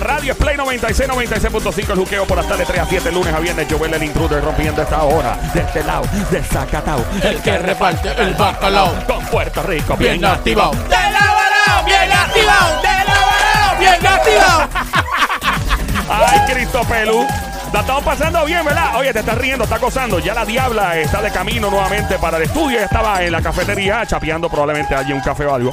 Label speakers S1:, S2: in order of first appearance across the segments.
S1: radio es Play 96, 96.5 El juqueo por hasta de 3 a 7 lunes a viernes Joel el intruder rompiendo esta hora De este lado, de Zacatao
S2: El que reparte el bacalao.
S1: Con Puerto Rico bien,
S2: Bien activado. De la balao, bien activado. De la balao, bien activado.
S1: Ay, Cristo Pelú. La estamos pasando bien, ¿verdad? Oye, te estás riendo, estás gozando. Ya la diabla está de camino nuevamente para el estudio. Ya estaba en la cafetería chapeando probablemente allí un café o algo.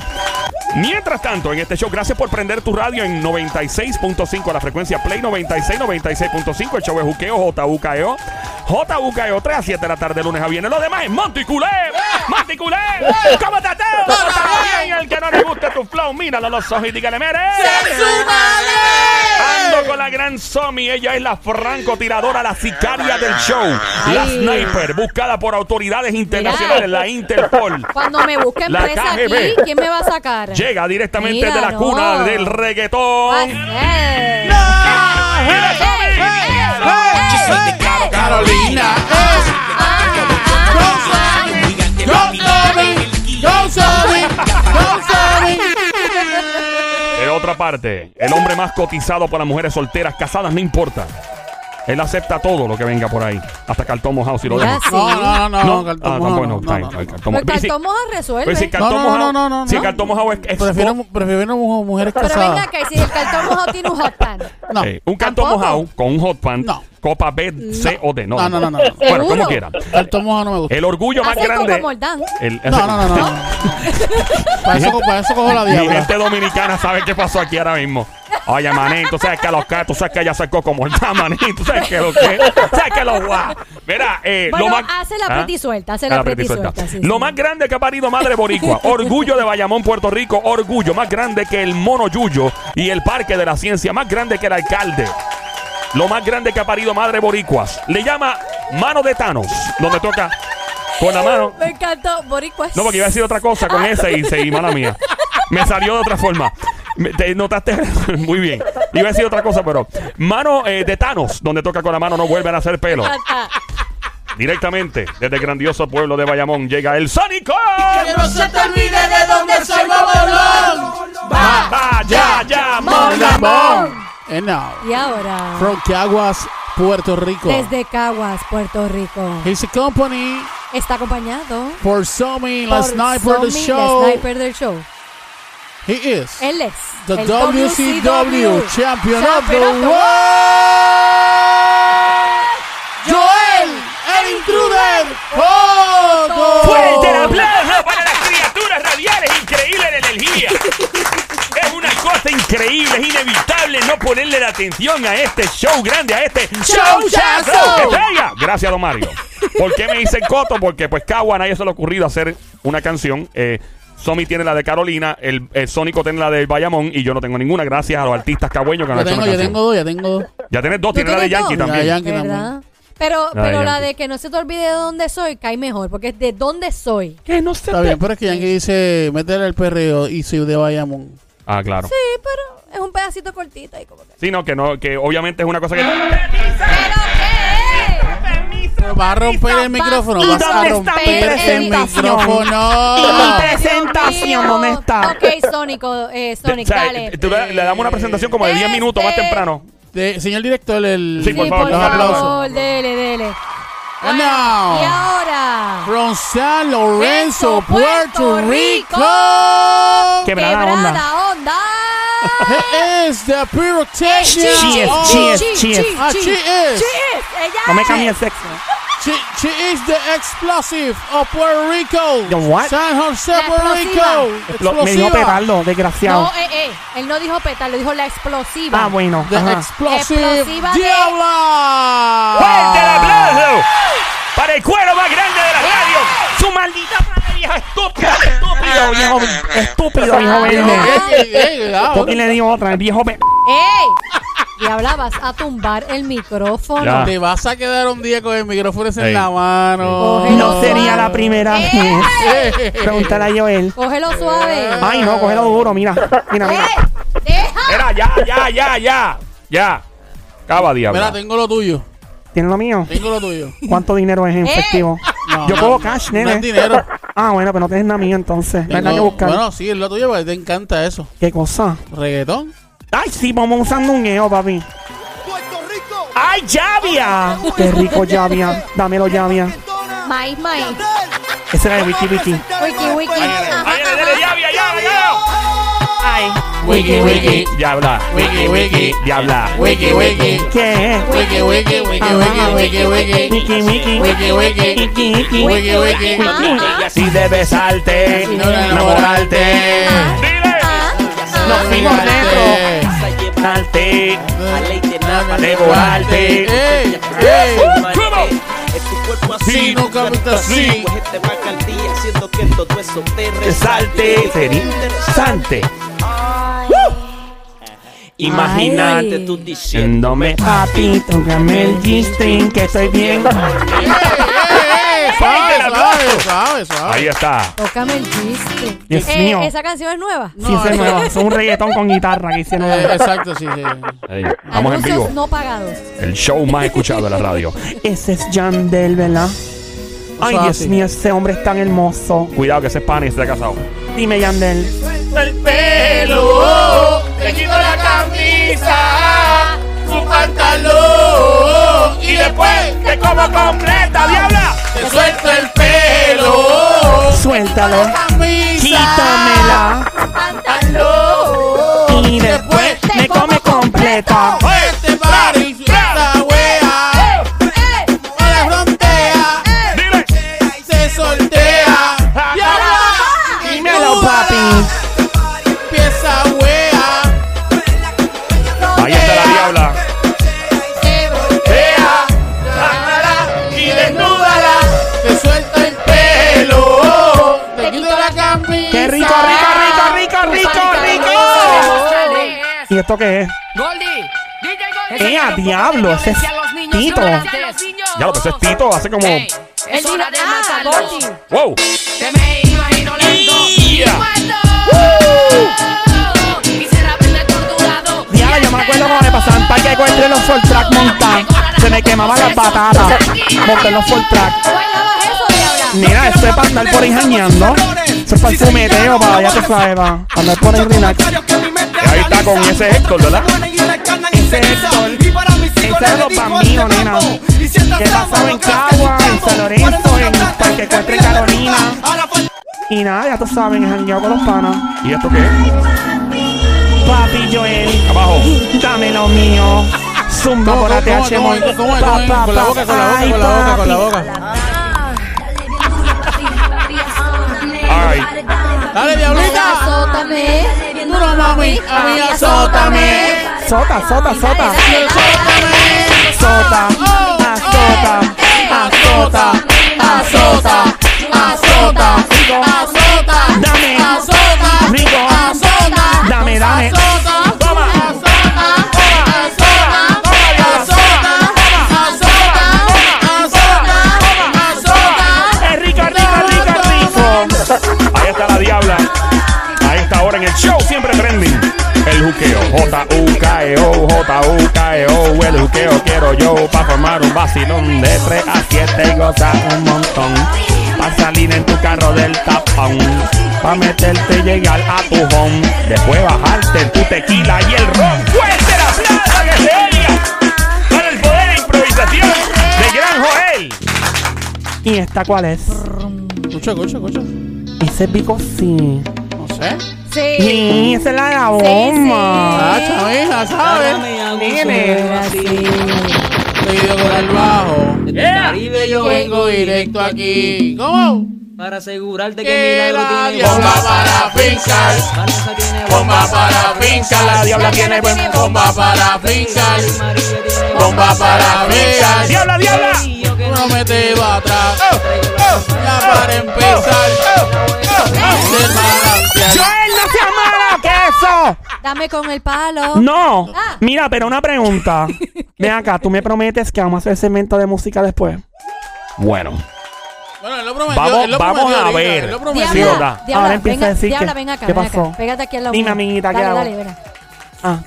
S1: Mientras tanto, en este show, gracias por prender tu radio en 96.5, la frecuencia Play 96, 96.5, el show es Juqueo, JUKEO, JUKEO, 3 E a 7 de la tarde, lunes a viernes. Lo demás es Monticulé, Monticulé, ¿cómo te atreves? ¿Cómo te atreves? El que no le guste tu flow, míralo a los ojos y dígale, mere. Ando con la gran Somi, ella es la francotiradora, la sicaria del show, la
S3: Ay.
S1: sniper, buscada por autoridades internacionales, la Interpol.
S3: Cuando me busquen
S1: La
S3: presa aquí,
S1: KGB.
S3: ¿quién me va a sacar?
S1: Llega directamente
S3: Mira,
S1: de la
S3: no.
S1: cuna del
S3: Ah,
S1: reggaetón.
S3: eh.
S1: Mira, Somi.
S3: ¡Eh, eh,
S2: Yo soy
S3: eh,
S2: de Caro-
S3: eh!
S2: Carolina.
S3: Ah, ah, ah.
S2: Yo soy, yo soy, yo soy.
S1: De otra parte, el hombre más cotizado para mujeres solteras, casadas, no importa. Él acepta todo lo que venga por ahí, hasta cartón mojado si lo
S3: Mira,
S1: deja.
S3: sí.
S2: No, no, no,
S1: Ah,
S2: Cartón
S1: tampoco,
S2: Mojado,
S1: no,
S2: no,
S1: está bien,
S2: no,
S1: está bien,
S2: no.
S1: cartón
S3: Pero
S1: mojado.
S3: el
S1: Pero si-
S3: cartomo
S1: pero si
S3: resuelve.
S1: cartón
S2: No, no,
S1: mojado-
S2: no, no,
S1: si
S2: no.
S1: cartón mojado es, es
S2: Prefiero, prefiero mu- mujeres
S3: Pero venga
S2: casadas.
S3: que si el cartón mojado tiene un hot pan.
S2: No.
S1: Eh, un cartón
S3: ¿Tampoco?
S1: mojado con un hot pant,
S2: No.
S1: copa B, C o D. No,
S2: No, no, no, no.
S1: Bueno,
S3: ¿Seguro?
S1: como quieran.
S2: Cartón mojado no me gusta.
S1: El orgullo más
S3: Así como
S1: grande. Eh,
S3: Moldán.
S1: el-
S2: No, no, no, no. no. para, eso, co- para eso cojo la
S1: Mi
S2: diabla.
S1: gente este dominicana sabe qué pasó aquí ahora mismo. Oye, manín, tú sabes que a los gatos, tú sabes que ella sacó como el manín, tú sabes que lo que, tú sabes que los guá. Mira, eh,
S3: Bueno,
S1: lo más.
S3: hace la
S1: ¿Ah?
S3: pretty suelta, hace
S1: Ah,
S3: la
S1: la
S3: pretty
S1: pretty
S3: suelta.
S1: suelta.
S3: sí,
S1: Lo
S3: sí.
S1: más grande que ha parido madre boricua. Orgullo de Bayamón, Puerto Rico. Orgullo más grande que el mono Yuyo y el Parque de la Ciencia. Más grande que el alcalde. Lo más grande que ha parido madre boricuas. Le llama mano de Thanos. Donde toca con la mano.
S3: Me encantó, boricuas.
S1: No, porque iba a decir otra cosa con esa y seguí, mala mía. Me salió de otra forma. Me- Te notaste muy bien. Iba a decir otra cosa, pero. Mano eh, de Thanos, donde toca con la mano, no vuelven a hacer pelo.
S3: Me encanta.
S1: Directamente desde el grandioso pueblo de Bayamón llega el Sónico.
S4: Que no se te olvide de dónde soy, Bobolón.
S1: Va, va, ya, ya, mon, la, mon.
S2: And now,
S3: Y ahora,
S2: from Caguas, Eh, Puerto Rico.
S3: desde Caguas, Puerto Rico,
S2: His company
S3: está acompañado
S2: for Somi, la
S3: por
S2: sniper of the
S3: Somi,
S2: show.
S3: la sniper del show.
S2: He is
S3: Él es
S2: the
S3: el
S2: WCW champion of the
S3: Champion of the
S2: world. Joel, el intruder. Foto.
S1: Fuerte el aplauso para las criaturas radiales. Increíble la energía. Es una cosa increíble, es inevitable no ponerle la atención a este show grande, a este
S2: Showzazo.
S1: ¡Que traiga! Gracias, don Mario. ¿Por qué me dicen Coto? Porque pues Cagua a nadie se le ha ocurrido hacer una canción. Eh, Somi tiene la de Carolina, el, el Sónico tiene la del Bayamón y yo no tengo ninguna. Gracias a los artistas cagüeños que han
S2: Yo
S1: hecho
S2: tengo,
S1: una
S2: yo
S1: canción.
S2: tengo dos, ya tengo dos.
S1: Ya tienes dos,
S3: ¿Tú
S1: tienes la de
S3: tienes
S1: Yankee
S3: dos?
S1: también.
S2: La de Yankee
S3: ¿Verdad?
S2: también.
S3: Pero,
S1: La de
S3: pero la
S1: Yankee.
S3: de que no se te olvide de dónde soy, cae mejor, porque es de dónde soy.
S1: Que no se
S2: Está
S1: te-
S2: bien, pero es que Yankee dice meter el perreo y soy de Bayamón.
S1: Ah, claro.
S3: Sí, pero es un pedacito cortito ahí como que.
S1: Sí, no, que no, que obviamente es una cosa que.
S3: ¿Pero qué?
S2: Va a romper el micrófono, vas a
S3: ¿Dónde está mi
S2: romper el
S3: presentación?
S2: micrófono. Ah.
S3: presentación, ¿dónde está? Ah, Ok, Sónico, eh,
S1: O
S3: Sonic,
S1: sea,
S3: dale.
S1: eh, tú le, le damos una presentación como de 10
S3: Este-
S1: minutos más temprano.
S2: De- señor director, el.
S1: Sí,
S3: Sí,
S1: por
S3: por
S1: favor,
S3: favor,
S1: los aplausos.
S3: dele, dele.
S2: And
S3: Y
S2: now,
S3: ahora,
S2: from San Lorenzo,
S3: Lorenzo,
S2: Puerto
S3: Puerto
S2: Rico,
S1: Quebrada
S3: quebrada onda.
S2: he is the pyrotechnia.
S3: Cheers,
S2: of-
S3: cheers,
S2: Ah, she is.
S3: Ella
S5: No me
S3: es.
S5: cambie el sexo.
S2: She, she is the explosive of Puerto Rico.
S5: The what?
S2: San Jose,
S3: La
S2: Puerto Rico.
S3: explosiva.
S5: Lo- me dijo
S2: Explosiva.
S5: petardo, desgraciado.
S3: No, eh, eh. Él no dijo petal, le dijo la explosiva.
S5: ah, bueno.
S2: The
S5: ajá.
S2: explosive,
S3: Explosiva de-
S2: Diabla.
S1: ¡Fuerte el aplauso! Para el cuero más grande de la radio. Su maldita madre vieja estúpida, estúpida.
S5: Estúpido, viejo. Estúpido, viejo verde.
S2: Ey, ey, ey, ah,
S5: ¿Por qué le digo otra? El viejo ve-
S3: ¡Ey! Diabla, vas a tumbar el micrófono.
S1: Ya.
S2: Te vas a quedar un día con el micrófono ese
S1: Ey.
S2: en la mano.
S3: Cógelo
S5: No Eh. sería
S3: suave.
S5: la primera
S3: ¡Ey!
S5: vez.
S2: Ey.
S5: Pregúntale a Joel.
S3: Cógelo suave.
S5: Ay, no, cógelo duro, mira. Mira,
S3: ¡Ey!
S5: mira.
S3: ¡Deja!
S1: Era, ya, ya, ya, ya. Ya. Acaba, diablo.
S2: Mira, tengo lo tuyo.
S5: ¿Tienes lo mío?
S2: Tengo lo tuyo.
S5: ¿Cuánto dinero es en
S3: ¡Ey!
S5: efectivo?
S2: No,
S5: Yo
S2: no,
S5: cojo
S2: no,
S5: cash,
S2: No
S5: nene.
S2: es dinero.
S5: Ah, bueno, pero no tienes nada mío entonces. No hay nada que
S2: Tengo-
S5: buscar.
S2: Bueno, sí, es lo tuyo, porque te encanta eso.
S5: ¿Qué cosa?
S2: Reggaetón.
S5: Ay, sí, vamos a un sandungueo, papi.
S6: Puerto Rico.
S1: ¡Ay, llavia!
S5: Qué rico, llavia. Dámelo, llavia.
S3: Maíz, maíz.
S5: Ese era de Wiki Wiki.
S3: Wiki, wiki.
S1: ¡Ay, dale, dale, llavia, llavia, llavia!
S3: Ay.
S2: Wiki, wiki,
S1: Diabla,
S2: wiki, wiki,
S1: diabla.
S2: wiki, wiki,
S5: ¿Qué es?
S2: wiki, wiki, wiki, wiki, wiki, wiki,
S5: Wiki Wiki.
S2: wiki,
S5: Wiki Wiki.
S2: wiki, wiki.
S3: Ah,
S1: Si debes salte,
S2: No enamorarte,
S1: Dile,
S3: Ah.
S2: no fijarte,
S1: salte,
S2: devorarte.
S1: devorarte.
S2: Ey, ey.
S1: ¿Cómo?
S2: Si no cantas así,
S6: Pues este
S1: Que salte, ser interesante. Imagínate
S3: Ay.
S1: tú diciéndome.
S5: Papi, tócame el G-string que estoy bien.
S2: suave, suave, suave, suave.
S1: Ahí está.
S3: Tócame el chiste.
S5: Dios mío.
S3: Eh, ¿Esa canción es nueva?
S5: Sí, ese es nuevo. Es un reggaetón con guitarra que hicieron.
S2: Eh, Exacto, sí, sí.
S1: Ahí, Vamos en
S3: Anuncios
S1: vivo.
S3: Ah, no pagados.
S1: El show más escuchado de la radio.
S5: Ese es Yandel, ¿verdad? Ay,
S2: Eso
S5: Dios
S2: hace.
S5: mío, ese hombre es tan hermoso.
S1: Cuidado que ese es pan y se ha casado.
S5: Dime, Yandel.
S2: el pelo, te quito la camisa, tu pantalón y después
S1: ¡Te como completa, diabla!
S2: te suelto el pelo,
S5: Suéltalo. Quítamela. Y después me come completa.
S2: este para y esta wea, me la frontea,
S1: ¡Dile!
S2: se soltea, y
S5: Dímelo, papi.
S2: empieza wea,
S1: Ahí está la diabla.
S2: vea, támala y desnúdala, te suelta el pelo, te quito la camisa.
S5: ¡Qué rico, rico, rico, rico, rico, rico! ¿Y esto qué es?
S7: Goldie, DJ Goldie.
S5: ¡Eh, a diablo! Ese es Tito.
S1: Ya lo que es Tito hace como.
S7: Es
S3: dijo,
S7: hora de
S3: ah,
S7: matarlos.
S3: Goldie.
S1: ¡Wow!
S7: Te me imagino lento.
S1: Yeah.
S7: Muerto. Quisiera verle torturado.
S5: Diabla, yo me acuerdo cuando me pasaban para que encuentre los full track montan. Se me quemaban las batatas. Monté los full track.
S3: ¿Bailabas eso, diabla?
S5: Mira, eso es para andar por ahí jañando. Eso es para el fumeteo, para allá te sabes, va. Para andar por ahí relax.
S1: Ahí está con ese Héctor, ¿verdad?
S5: Ese Héctor. Ese es los
S6: este
S5: bambinos, nena. Que pasaba en Cagua, en San Lorenzo, en Parque Cuatro y Carolina. Y nada, ya tú sabes, jangueo con los panas.
S1: ¿Y esto qué es?
S5: Papi Joel,
S1: Abajo.
S5: dame lo mío. Zumba por la
S2: ¿Cómo,
S5: TH
S2: cómo,
S5: Mall.
S2: cómo, cómo,
S5: Pa,
S2: cómo?
S5: pa,
S2: Con la
S5: pa.
S2: boca, con la boca,
S5: Ay,
S2: con la boca, con la
S5: papi.
S2: boca.
S1: ¡Ay!
S2: Dale, diablita.
S3: Azótame. Duro, mami.
S2: A mí azótame.
S5: Sota, sota, sota. Sota, azota, azota.
S3: Azota. Azota. Azota.
S5: Dame, rico, dame, dame. Es rico, rico, rico, rico.
S1: Ahí está la diabla. Ahí está ahora en el show, siempre trending. El juqueo. J-U-K-E-O, J-U-K-E-O. E El juqueo quiero yo para formar un vacilón de 3 a 7 y gozar un montón. Pa' salir en tu carro del tapón. Pa' meterte y llegar a tu home. Después bajarte tu tequila y el ron. ¡Fuerte la plaza que se oiga! Para el poder de improvisación de Gran Joel.
S5: ¿Y esta cuál es?
S2: Escucha, escucha, escucha.
S5: Ese es Bico sí.
S2: No sé.
S3: Sí.
S5: Y esa es la de la bomba.
S2: Ah, chavija, ¿sabes?
S5: Nene.
S2: Te guío con el bajo.
S1: Yeah.
S2: Caribe, yo vengo directo aquí. ¿Cómo?
S8: Para asegurarte que
S2: Que la
S8: milagro tiene
S2: diabla para pinchar.
S8: Salsa tiene
S2: Bomba para pinchar. La diabla tiene buen bomba para pinchar. Bomba para pinchar.
S1: ¡Diabla, diabla!
S2: No me te va atrás. Ya para empezar. oh, De
S5: Joel,
S2: mala
S5: no seas mala, ¿qué es eso?
S3: Dame con el palo.
S5: No.
S3: Ah.
S5: Mira, pero una pregunta. Ven acá, tú me prometes que vamos a hacer segmento de música después.
S1: Bueno,
S2: Bueno, él lo prometió,
S1: Vamos-
S2: él lo
S1: vamos
S2: prometió
S1: a
S2: ahorita,
S1: ver.
S2: él lo prometió.
S3: Diabla,
S1: Sí, ¿verdad?
S3: diabla,
S5: Ahora empieza
S3: venga,
S5: a decir
S3: diabla,
S5: que-
S3: ven acá,
S5: ¿qué
S3: ven acá.
S5: pasó?
S3: Pégate aquí al lado.
S5: Dime,
S3: mío.
S5: amiguita, ¿qué
S3: dale,
S5: hago?
S3: dale, ven acá.
S5: Ah,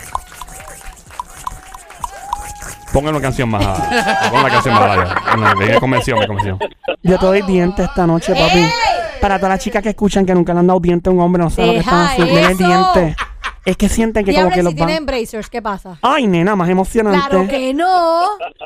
S1: pongan una canción más. ah, Pongan la canción más larga. No, Me convenció, me convenció.
S5: yo te doy dientes esta noche, papi.
S3: ¡Ey!
S5: Para todas las chicas que escuchan que nunca le han dado dientes a un hombre, no saben lo que
S3: Deja
S5: están haciendo. Denle
S3: eso.
S5: dientes. Es que sienten que
S3: Diablo,
S5: como que
S3: y
S5: los
S3: si
S5: van.
S3: tienen bracers, ¿qué pasa?
S5: Ay, nena, más emocionante.
S3: Claro que no.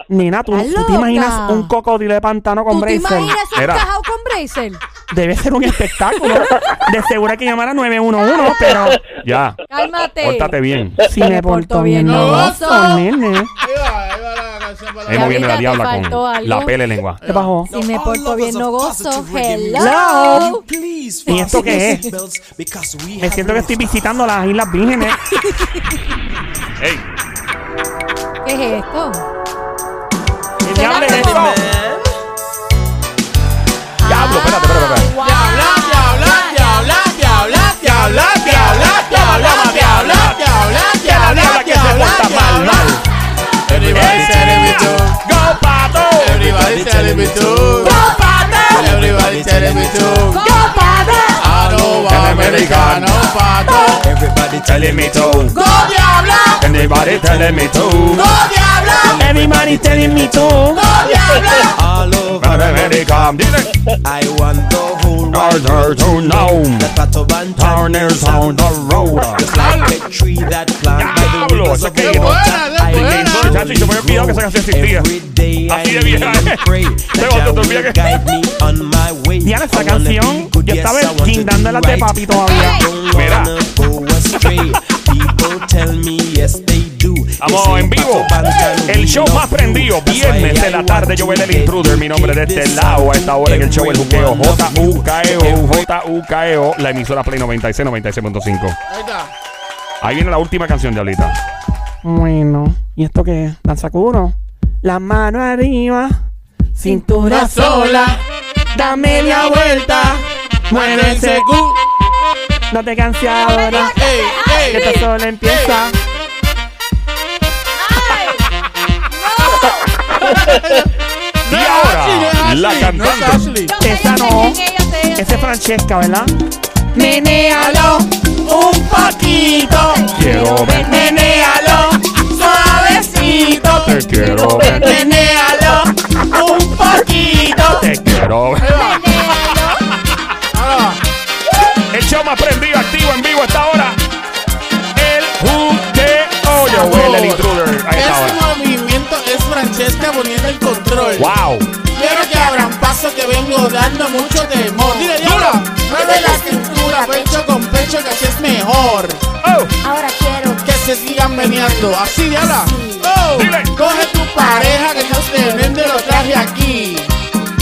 S5: Nena, ¿tú,
S3: ¿Estás
S5: tú te imaginas
S3: loca?
S5: un cocodrilo de pantano
S3: ¿Tú
S5: con
S3: te
S5: bracer?
S3: imaginas un
S1: Era.
S3: cajao con bracer?
S5: Debe ser un espectáculo. de seguro hay que llamar a 911, pero
S1: Ya.
S3: Cálmate.
S1: Pórtate bien.
S5: si me porto bien, no
S3: gozo.
S5: gozo,
S2: Ahí va,
S5: nene.
S2: ahí va la canción para
S1: Ahí
S3: Ya,
S2: la-
S1: viene la
S3: ahorita te
S1: diabla
S3: faltó
S1: con
S3: algo.
S1: la pele lengua.
S5: ¿Qué bajó?
S3: Si me porto bien, no gozo.
S5: Hello.
S3: Hello.
S5: ¿Y esto qué es? Me siento que estoy visitando las Islas Vírgenes.
S1: Ey,
S3: ¿Qué es esto?
S5: ¿Qué diablo es esto?
S3: Diablo,
S1: diablo, espérate, espérate, espérate.
S3: Wow.
S2: Diabla, diabla, diabla, diabla, diabla, diabla, diabla, diabla, diabla,
S1: La
S2: diabla,
S1: diabla que se
S2: diabla,
S1: porta mal,
S2: diabla.
S1: mal.
S2: Everybody telling me to.
S1: ¡Go, pato!
S2: Everybody telling me to. Everybody telling me to. Aro americano pato.
S6: Everybody telling me to.
S2: Go diabla,
S1: Anybody telling me to.
S2: go diabla,
S5: Everybody telling me to.
S2: go diabla.
S6: Hello,
S1: America, dile.
S6: I want the whole world
S1: Order to know.
S6: that Pato Bantan
S1: Turners on the road.
S6: Just like a tree that planted by the
S1: Diablo,
S6: rivers
S1: eso
S6: of
S1: es
S6: water,
S2: buena, eso es
S6: I
S2: buena.
S6: will
S1: Chacho, se me había olvidado que esa canción existía.
S6: grow. Every day
S1: Así de
S6: I
S1: vieja,
S6: kneel
S1: eh.
S6: and pray that
S1: Se me
S6: Jah
S1: olvidó
S6: will
S1: que-
S6: guide me on my way.
S5: Diana, esta
S6: I wanna be
S5: canción,
S6: good,
S5: yo
S6: yes,
S5: estaba
S6: I want to do
S5: guindando las de
S6: right.
S5: papi todavía.
S6: I don't
S1: Mira.
S6: wanna go astray. People tell me yes, they do.
S1: Vamos en vivo. El show más prendido, viernes de la tarde. Yo el intruder. Mi nombre es este lado. A esta hora en el show El Juqueo. J-U-K-E-O. J-U-K-E-O. E La emisora Play 96, 96.5.
S2: Ahí está.
S1: Ahí viene la última canción de ahorita.
S5: Bueno, ¿y esto qué es? Danza curo. La mano arriba, cintura
S2: Una sola,
S5: da media
S2: vuelta, mueve ese cu.
S5: No te canses ahora,
S2: Ey, ey,
S5: que esto solo empieza.
S1: Y
S2: No es Ashley, no es
S1: ahora,
S2: Ashley,
S1: la
S2: no es
S1: cantante.
S2: Ashley.
S5: Esa no. Esa es Francesca, ¿verdad?
S2: Menéalo un poquito,
S1: Quiero ver.
S2: menéalo suavecito,
S1: Te quiero ver.
S2: menéalo un poquito.
S1: Te quiero ver.
S2: Ahí va. Ahora
S1: El show más prendido, activo en vivo a esta hora. El Juqueo.
S2: va.
S1: Yo el intruder. A esta hora.
S2: Ese movimiento es Francesca poniendo el control.
S1: Wow.
S2: Quiero que abran paso que vengo dando mucho temor. Dile, duro. Mueve la cintura, pecho con pecho, que así es mejor.
S1: Oh.
S4: Ahora quiero
S2: Que se sigan meneando. Así, diabla. Oh.
S1: Dile.
S2: Coge tu pareja que yo te vende, lo traje aquí.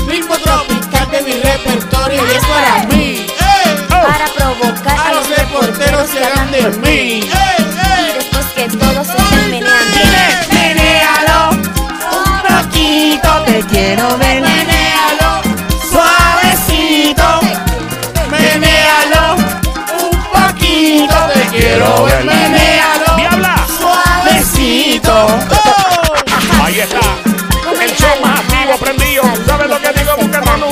S2: Ritmo tropical de mi repertorio y es para mí. Ey.
S4: para provocar
S2: A los reporteros se hagan de mí. Ey,
S4: Y
S2: ey.
S4: después que todos se estén meneando.
S5: Menealo, un poquito te quiero ver.
S2: Menéalo suavecito, menéalo un poquito, te quiero ver, menéalo
S1: Diabla.
S2: suavecito. Oh.
S1: Ahí está. El show más activo, prendido. ¿Sabes lo que digo? Busca hermano.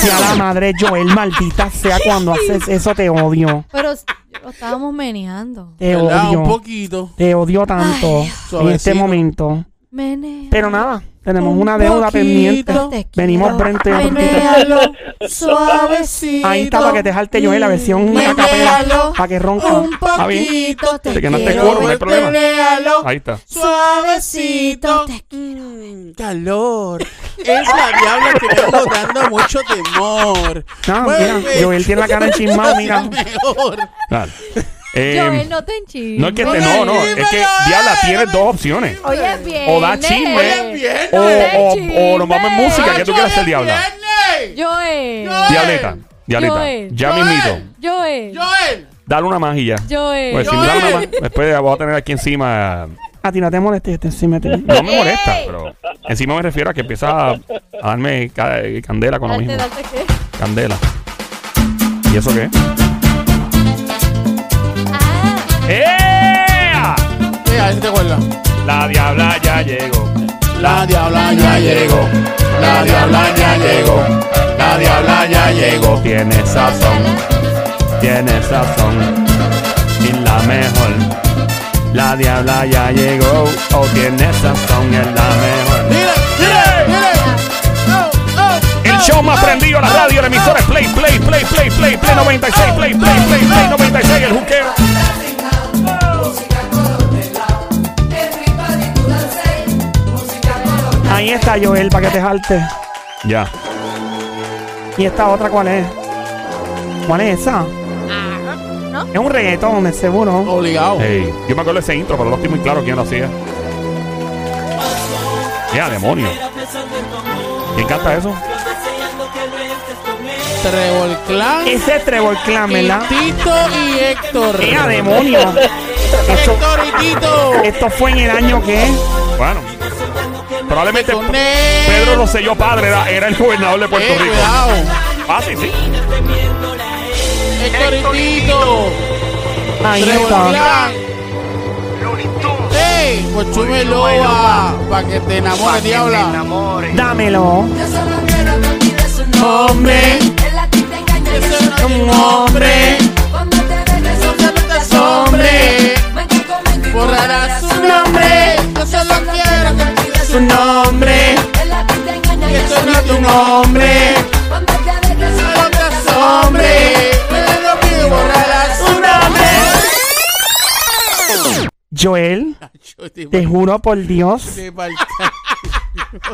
S5: Sea la madre Joel, maldita sea cuando haces eso, te odio.
S3: Pero s- lo estábamos meneando.
S5: Te
S2: ¿Verdad? Un
S5: odio.
S2: poquito.
S5: Te odio tanto en este
S2: Suavecito.
S5: momento.
S3: Menea.
S5: Pero nada, tenemos
S2: Un
S5: una deuda
S2: poquito.
S5: pendiente.
S3: Te
S5: Venimos
S3: quiero.
S5: frente a frente.
S2: Menéalo suavecito.
S5: Ahí está para que te jalte yo en la versión a capela.
S2: Menéalo
S5: Para que ronca.
S2: Un
S1: Está bien.
S2: poquito, te
S1: De que no te
S2: quiero
S1: corro, no hay
S2: ver,
S1: problema.
S2: menéalo
S1: Ahí está.
S2: Suavecito. Mm, calor. Es la diabla que vengo dando mucho temor.
S5: No,
S2: Vuelve.
S5: mira, Joel tiene la cara enchismada, mira.
S2: Mejor.
S1: Dale. Eh,
S3: Joel, no este te enchiles.
S1: no es que te, no, no, es que Diabla tienes dos opciones.
S3: Hoy es bien.
S1: O da chisme.
S2: viernes.
S1: O, o,
S3: chisme.
S1: o nos vamos en música, que tú quieras ser Diabla.
S2: Viernes.
S3: Joel.
S2: Joel.
S1: Diableta, Diableta,
S3: Joel.
S1: ya
S2: Joel.
S1: mismito.
S3: Joel.
S2: Joel.
S1: Dale una más y ya.
S3: Joel.
S1: Pues si me das una
S2: Joel.
S1: más, después voy a tener aquí encima.
S5: A ti no te molestes, este encima de ti.
S1: No me molesta, pero encima me refiero a que empieza a, a darme ca- candela con lo
S3: Darte,
S1: mismo.
S3: darte qué.
S1: Candela. ¿Y eso qué?
S3: Ah,
S1: ¡Ea!
S2: Eh, a ver si te acuerdas.
S1: La diabla ya llegó.
S2: La diabla ya llegó. La diabla ya llegó. La diabla ya llegó.
S1: Tiene sazón, tiene sazón. Y la mejor. La diabla ya llegó. O tiene sazón, es la mejor.
S2: Dile, dile, dile. Oh, oh,
S1: El
S2: oh,
S1: show más
S2: oh,
S1: prendido, la
S2: oh,
S1: radio, la emisora es Play, Play, Play, Play, Play, Play, Play 96, Play, Play, Play, Play 96, el juqueo.
S5: esta, Joel, para que te jalte.
S1: Ya.
S5: ¿Y esta otra cuál es? ¿Cuál es esa?
S3: ¿no?
S5: Es un reggaetón, de seguro.
S2: Obligado.
S1: Ey, Yo me acuerdo de ese intro, pero no estoy muy claro quién lo hacía. Ya, demonio. ¿Quién canta eso?
S2: Trevor Clan.
S5: Ese es Trevor Clan,
S2: y
S5: ¿verdad?
S2: Tito y Héctor.
S5: ¡Ea, demonio! Esto,
S2: Héctor y Tito.
S5: esto fue en el año que...
S1: Bueno. Probablemente
S2: Con él.
S1: Este Pedro Rosselló padre era, era el gobernador de Puerto
S2: Eh,
S1: Rico.
S2: cuidado.
S1: Ah, sí, sí.
S2: Héctor y Tito.
S5: Ahí
S2: Trevor
S5: está.
S2: Clan. Hey, Cochume Loba. pues Pa' que te enamores, diabla.
S5: Dámelo.
S2: Hombre. Un hombre. Hombre. Borrarás su nombre. Yo solo quiero que olvides su nombre. Que eso no es tu nombre. Otras hombre. Me le lo pido, borrarás su nombre.
S5: Joel, te juro por Dios
S2: Te falta-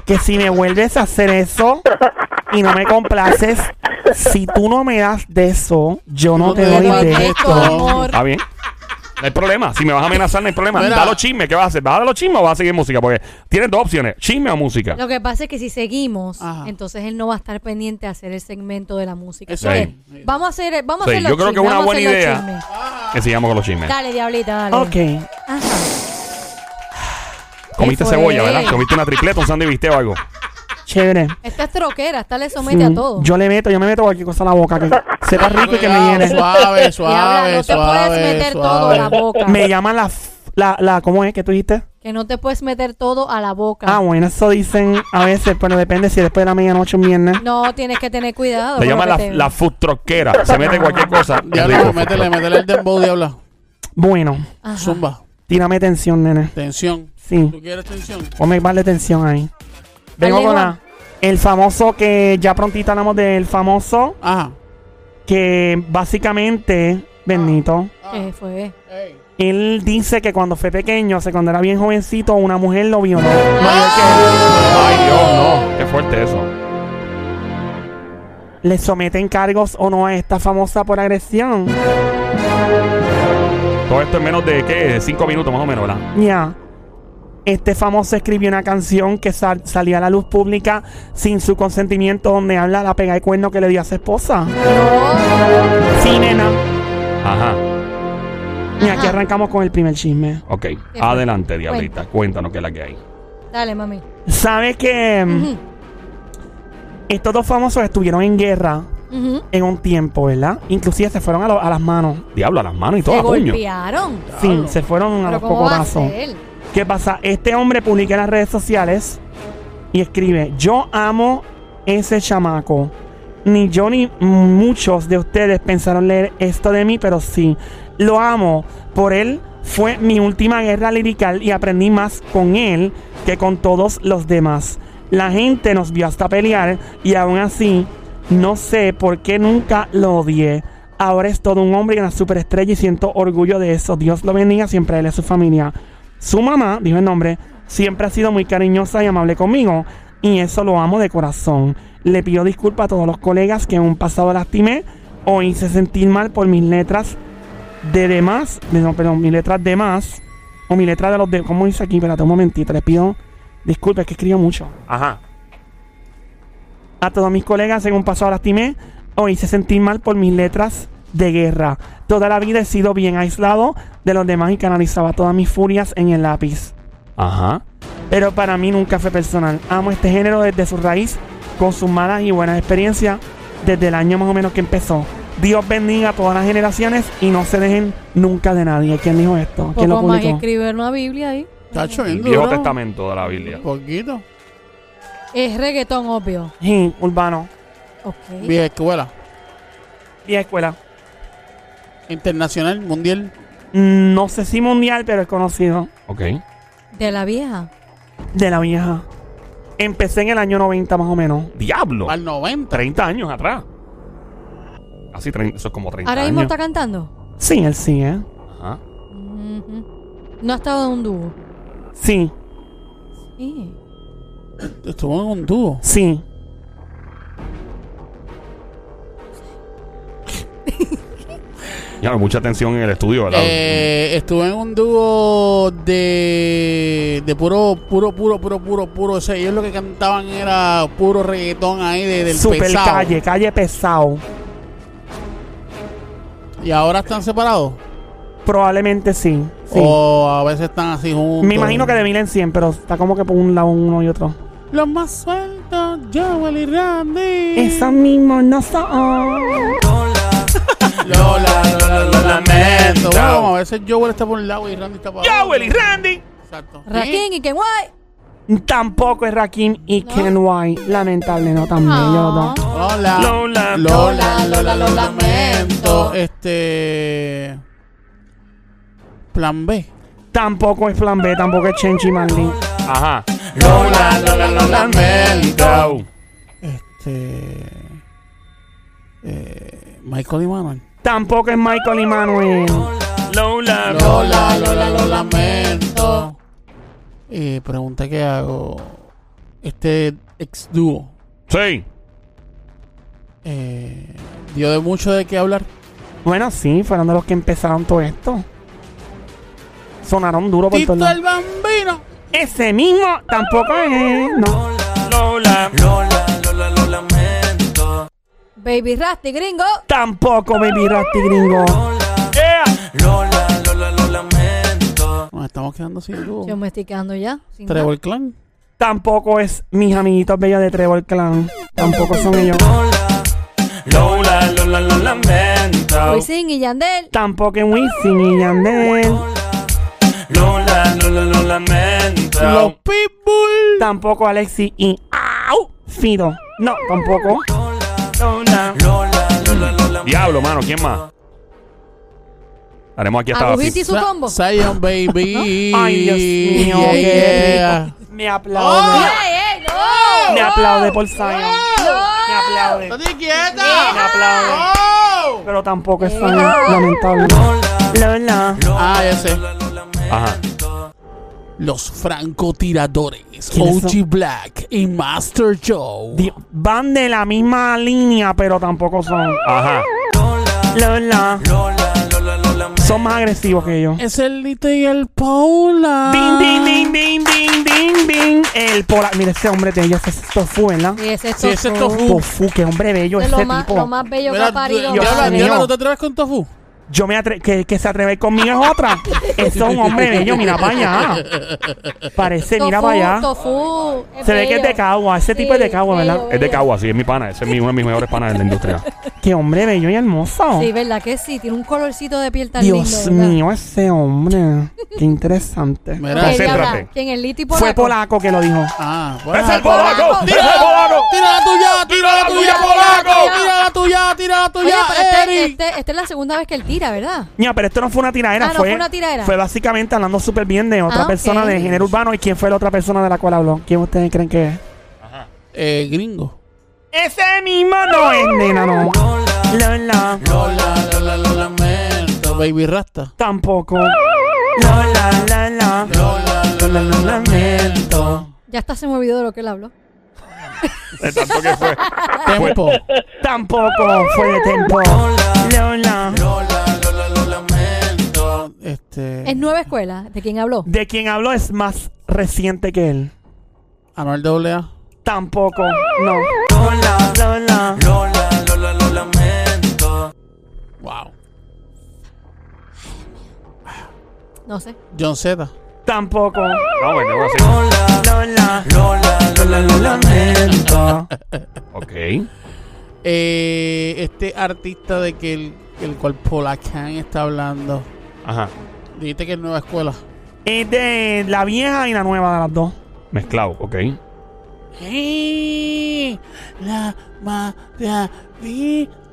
S5: que si me vuelves a hacer eso y no me complaces, si tú no me das de eso, yo no,
S2: No
S5: te
S2: te
S5: doy
S2: doy
S5: de
S2: más.
S3: Esto, amor.
S1: Está bien. No hay problema. Si me vas a amenazar, no hay problema.
S2: Mira.
S1: Da los chismes. ¿Qué vas a hacer? ¿Vas a dar los chismes o vas a seguir música? Porque tienes dos opciones: chisme o música.
S3: Lo que pasa es que si seguimos,
S2: Ajá.
S3: entonces él no va a estar pendiente a hacer el segmento de la música.
S2: Eso
S3: Entonces,
S2: es.
S3: Vamos a hacer, vamos
S1: Sí,
S3: a hacer los
S1: yo creo que
S3: chismes,
S1: una
S3: vamos a
S1: buena
S3: hacer los
S1: idea.
S3: chismes.
S1: Que sigamos con los chismes.
S3: Dale, diablita, dale.
S5: Ok.
S3: Ajá.
S1: Comiste
S3: Eso
S1: cebolla,
S3: es.
S1: ¿verdad? Comiste una tripleta, un sándwich bistec o algo.
S5: Chévere.
S3: Esta es troquera, esta le somete a
S5: Mm,
S3: todo.
S5: Yo le meto, yo me meto cualquier cosa a la boca que sepa rico y que me llene.
S2: Suave, suave,
S3: Diabla, no
S2: suave.
S3: te puedes meter todo a la boca.
S5: Me llaman la, f- la, la, ¿cómo es que tú dijiste?
S3: Que no te puedes meter todo a la boca.
S5: Ah, bueno, eso dicen a veces, pero depende si después de la medianoche un viernes.
S3: No, tienes que tener cuidado.
S1: Se
S3: con
S1: llama
S3: lo
S1: la,
S3: que te-
S1: la food troquera. Se mete cualquier cosa.
S2: Diabla,
S1: Rico.
S2: métele, métele el dembow, diabla.
S5: Bueno,
S3: Ajá.
S2: Zumba.
S5: tírame tensión, nene.
S2: Tensión.
S5: Sí,
S2: ¿Tú quieres tensión?
S5: ponme más de tensión ahí. Vengo
S3: Dale,
S5: con
S3: Juan.
S5: la, el famoso que ya prontito hablamos del famoso
S2: Ajá.
S5: que básicamente, bendito,
S3: ¿Qué fue?
S2: Ey.
S5: él dice que cuando fue pequeño, o sea, cuando era bien jovencito, una mujer lo violó.
S1: Ay, Dios, no. Qué fuerte eso.
S5: ¿Le someten cargos o no a esta famosa por agresión?
S1: Todo esto en menos de, ¿qué? De cinco minutos más o menos, ¿verdad?
S5: Ya. Este famoso escribió una canción que sal- salió a la luz pública sin su consentimiento, donde habla de la pega y cuerno que le dio a su esposa. Sí, nena.
S1: Ajá.
S5: Y aquí arrancamos con el primer chisme.
S1: Ok.
S3: fue?
S1: Adelante, diablita. Cuéntanos qué es la que hay.
S3: Dale, mami.
S5: ¿Sabes que mm,
S3: Ujú,
S5: estos dos famosos estuvieron en guerra
S3: ujú.
S5: en un tiempo, ¿verdad? Inclusive se fueron a, lo- a las manos.
S1: Diablo, a las manos y todo,
S3: Te
S1: a puño.
S3: golpearon.
S5: Sí, se fueron
S3: Pero
S5: a los
S3: ¿cómo va a
S5: cocotazos.
S3: ser?
S5: ¿Qué pasa? Este hombre publica en las redes sociales y escribe: Yo amo ese chamaco. Ni yo ni muchos de ustedes pensaron leer esto de mí, pero sí, lo amo. Por él fue mi última guerra lirical y aprendí más con él que con todos los demás. La gente nos vio hasta pelear y aún así no sé por qué nunca lo odié. Ahora es todo un hombre y una superestrella y siento orgullo de eso. Dios lo bendiga siempre a él y a su familia. Su mamá, dijo el nombre, siempre ha sido muy cariñosa y amable conmigo y eso lo amo de corazón. Le pido disculpas a todos los colegas que en un pasado lastimé o hice sentir mal por mis letras de demás, de- no, perdón, mis letras de más o mis letras de los de... ¿Cómo dice aquí? Espérate un momentito, les pido disculpas, es que escribo mucho.
S1: Ajá.
S5: A todos mis colegas, según pasado lastimé o hice sentir mal por mis letras de guerra. Toda la vida he sido bien aislado de los demás y canalizaba todas mis furias en el lápiz.
S1: Ajá.
S5: Pero para mí nunca fue personal. Amo este género desde su raíz, con sus malas y buenas experiencias, desde el año más o menos que empezó. Dios bendiga a todas las generaciones y no se dejen nunca de nadie. ¿Quién dijo esto? ¿Quién lo
S3: Poco más que
S5: publicó?
S3: escribir una Biblia ahí.
S2: Está
S1: El
S2: lloviendo,
S1: Viejo
S2: duro.
S1: Testamento de la Biblia.
S2: Poquito.
S3: Es reggaetón, obvio.
S5: Sí, Urbano.
S3: Ok.
S2: Vieja escuela.
S5: Vieja escuela.
S2: Internacional, mundial.
S5: Mm, No sé si mundial, pero es conocido.
S1: Ok.
S3: De la vieja.
S5: De la vieja. Empecé en el año 90 más o menos.
S1: Diablo.
S2: Al 90.
S1: 30 años atrás. Así, trein- eso es como 30
S3: Ahora
S1: años.
S3: mismo está cantando.
S5: Sí, él sí, ¿eh?
S1: Ajá.
S3: Ujú. No ha estado en un dúo.
S5: Sí.
S3: Sí.
S2: Estuvo en un dúo.
S5: Sí.
S1: Ya, mucha tensión en el estudio, ¿verdad?
S2: Eh, estuve en un dúo de, de puro, puro, puro, puro, puro, puro. O sea, ellos lo que cantaban era puro reggaetón ahí de, del
S5: Super
S2: pesado.
S5: calle, calle pesado.
S2: Y ahora están separados.
S5: Probablemente sí. sí.
S2: O a veces están así juntos.
S5: Me imagino que de mil en cien, pero está como que por un lado uno y otro.
S2: Los más sueltos, Joel y Randy.
S5: Eso mismo no son.
S2: Lola, Lola, lo lamento. Bueno, como a veces Joel está por un lado y Randy está para otro.
S1: Joel y Randy.
S2: Exacto.
S3: Raquín y que guay.
S5: Tampoco es Rakim y Ken White. Lamentable, no tan
S3: Ah.
S5: bello, no.
S2: Lola.
S1: Lola.
S2: Lola, Lola, lo lamento. Este. Plan B.
S5: Tampoco es Plan B, tampoco es Chenchi Manlin.
S1: Ajá.
S2: Lola, Lola, lo lamento.
S1: Go.
S2: Este. eh, Michael y Manuel.
S5: Tampoco es Michael y Manuel.
S1: Lola.
S2: Lola, Lola, lo lamento. Eh, pregunta que hago. Este ex dúo.
S1: Sí.
S2: eh, dio de mucho de qué hablar.
S5: Bueno, sí, fueron de los que empezaron todo esto. Sonaron duro por
S2: Tito
S5: todos lados.
S2: el Bambino.
S5: Ese mismo tampoco es. No.
S1: Lola.
S3: Baby Rasty gringo.
S5: Tampoco, baby Rasty gringo.
S1: Yeah.
S2: Nos estamos quedando sin dúo.
S3: Yo me estoy quedando ya. sin nada.
S2: Trevor Clan.
S5: Tampoco es mis amiguitos bellos de Trevor Clan. Tampoco son ellos.
S1: Lola, Lola, lo lamento.
S3: Wisin y Yandel.
S5: Tampoco es Wisin y Yandel.
S1: Lola, Lola, lo lamento.
S2: Los Pitbull.
S5: Tampoco Alexi y ¡Au! Fido. No, tampoco.
S1: Diablo, mano, ¿quién más? Haremos aquí hasta
S3: Agujito y
S1: las
S3: su combo.
S2: Zion Baby.
S5: Ay, Dios mío,
S2: Yeah,
S5: qué
S2: yeah.
S5: rico. Me aplaude.
S3: Oh. ¡Ey, ey, no!
S5: Me aplaude por Zion. Me aplaude.
S2: ¡Estate quieta!
S5: Me aplaude.
S2: ¡Oh!
S5: Pero tampoco es Zion, lamentable. Lola.
S2: Ah, ya sé.
S1: Ajá.
S2: Los francotiradores.
S5: ¿Quiénes
S2: OG Black y Master Joe.
S5: Di- Van de la misma línea, pero tampoco son.
S1: Ajá.
S5: Lola. Son más agresivos que yo.
S2: Es el Lito y el Paula.
S5: Ding, ding, ding, ding, ding, ding, ding. El pola. Mira, ese hombre de ellos es tofu, ¿verdad?
S3: Y ese es
S2: Sí, ese es
S3: Tofu.
S2: Tofu.
S5: Tofu, qué hombre bello
S3: Es
S5: ese
S3: lo más,
S5: tipo.
S3: lo más bello que
S2: Mira,
S3: ha parido.
S2: Diabla,
S5: Dios
S3: madre.
S5: mío.
S2: Diabla, ¿no te atreves con tofu?
S5: Yo me atre que, que se atreve conmigo es otra. Eso es un hombre bello, mira para allá. Parece, mira
S3: Tofu,
S5: para allá.
S3: Tofu,
S5: Se ve que es de
S3: bello.
S5: Cagua, ese tipo
S3: Sí,
S5: es de Cagua,
S3: bello,
S5: ¿verdad?
S1: Es de Cagua, sí, es mi pana. Ese es mi, uno de mis mejores panas en la industria.
S5: Qué hombre bello y hermoso.
S3: Sí, ¿verdad que sí? Tiene un colorcito de piel tan
S5: Oh. Dios
S3: lindo. ¿verdad?
S5: mío, ese hombre. Qué interesante.
S3: Ok,
S2: Mira.
S1: Ese-
S3: Diabla,
S1: Concéntrate.
S3: ¿Quién el Liti
S5: Fue polaco que lo dijo.
S2: Ah,
S1: ¡Es
S2: bueno.
S1: el polaco! ¡Es el
S2: ¡Tira!
S1: polaco!
S2: ¡Tira la tuya! ¡Tira la tuya, polaco! ¡Tira la tuya! ¡Tira la
S3: Oye,
S2: tuya,
S3: pero este,
S2: Eric!
S3: este- esta es la segunda vez que él tira, ¿verdad?
S5: Mira, pero esto no fue una tiradera,
S3: Ah, no fue una tiradera.
S5: Fue básicamente hablando súper bien de otra
S3: Ah,
S5: persona
S3: ok.
S5: de género urbano. ¿Y quién fue la otra persona de la cual habló? ¿Quién ustedes creen que es?
S2: Eh, gringo.
S5: Ese mismo no es, nena, no. Lola.
S2: Lola, Lola, lo lamento. Baby Rasta.
S5: Tampoco. Lola, Lola.
S2: Lola, Lola, lo lamento.
S3: Ya está se me olvidó de lo que él habló.
S1: De tanto que fue.
S2: Tempo.
S5: Tampoco fue de tiempo. Lola.
S2: Lola, Lola, lo lamento. Este.
S3: Es nueva escuela. ¿De quién habló?
S5: De quien habló es más reciente que él.
S2: Anuel AA.
S5: Tampoco. No. Lola, Lola.
S2: Wow.
S3: No sé.
S2: John Z.
S5: Tampoco.
S1: No, bueno, voy a decir.
S5: Lola. Lamento.
S1: Ok.
S2: Eh, este artista de que el, el cual Polacán está hablando.
S1: Ajá.
S2: Dijiste que es nueva escuela.
S5: Es de la vieja y la nueva de las dos.
S1: Mezclado, ok.
S2: ¡Hey! La maravilla.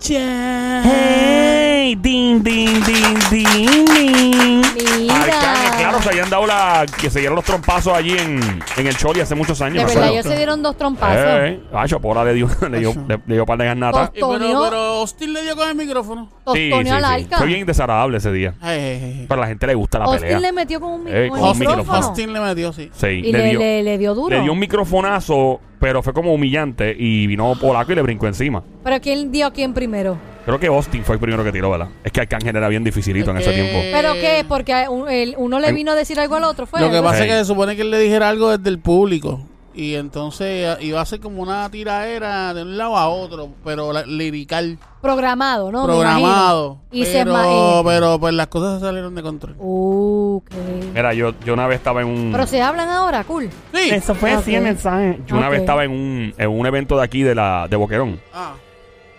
S5: Hey, ding, ding, ding, ding, ding.
S3: Mira.
S1: Arcángel, claro, se habían dado la, era que se dieron los trompazos allí en, en el Choli hace muchos años.
S3: De
S1: me
S3: verdad,
S1: acuerdo.
S3: ellos se dieron dos trompazos.
S1: Eh, eh. Ay, Chopola le dio, le dio, le, le dio par de garnatas.
S9: Y pero,
S3: Tonio.
S9: pero Austin le dio con el micrófono.
S1: Sí,
S3: Tostonio
S1: sí,
S3: al
S1: sí.
S3: arca.
S1: Fue bien desagradable ese día.
S9: Ay, ay, ay.
S1: Pero a la gente le gusta la pelea.
S3: Austin le metió con un, mic-
S1: Eh, con
S3: con el
S1: un
S9: Austin,
S1: micrófono.
S3: micrófono.
S9: Austin le metió, sí.
S1: Sí,
S3: Y
S1: le,
S3: le,
S1: dio,
S3: le- le dio duro.
S1: le dio un microfonazo, pero fue como humillante y vino Polaco y le brincó encima.
S3: Pero ¿quién dio a quién primero?
S1: Creo que Austin fue el primero que tiró, ¿verdad? Es que Arcángel era bien dificilito en ese
S9: Eh,
S1: tiempo.
S3: ¿Pero qué? Porque a un- el- uno le
S1: en-
S3: vino a decir algo al otro, ¿fue?
S9: Lo que
S3: algo así?
S9: pasa es que
S1: Ey.
S9: se supone que él le dijera algo desde el público. Y entonces ah, iba a ser como una tiraera de un lado a otro, pero la- lirical,
S3: Programado, ¿no? Me
S9: programado.
S3: imagino. Y se
S9: pero,
S3: ma- y-
S9: pero pues las cosas se salieron de control.
S3: Uh, ok.
S1: Mira, yo, yo una vez estaba en un.
S3: Pero se hablan ahora, cool.
S9: Sí.
S5: Eso fue así
S3: Ok.
S5: el mensaje.
S1: Yo una
S3: Ok.
S1: vez estaba en un, en un evento de aquí de la de Boquerón
S9: Ah.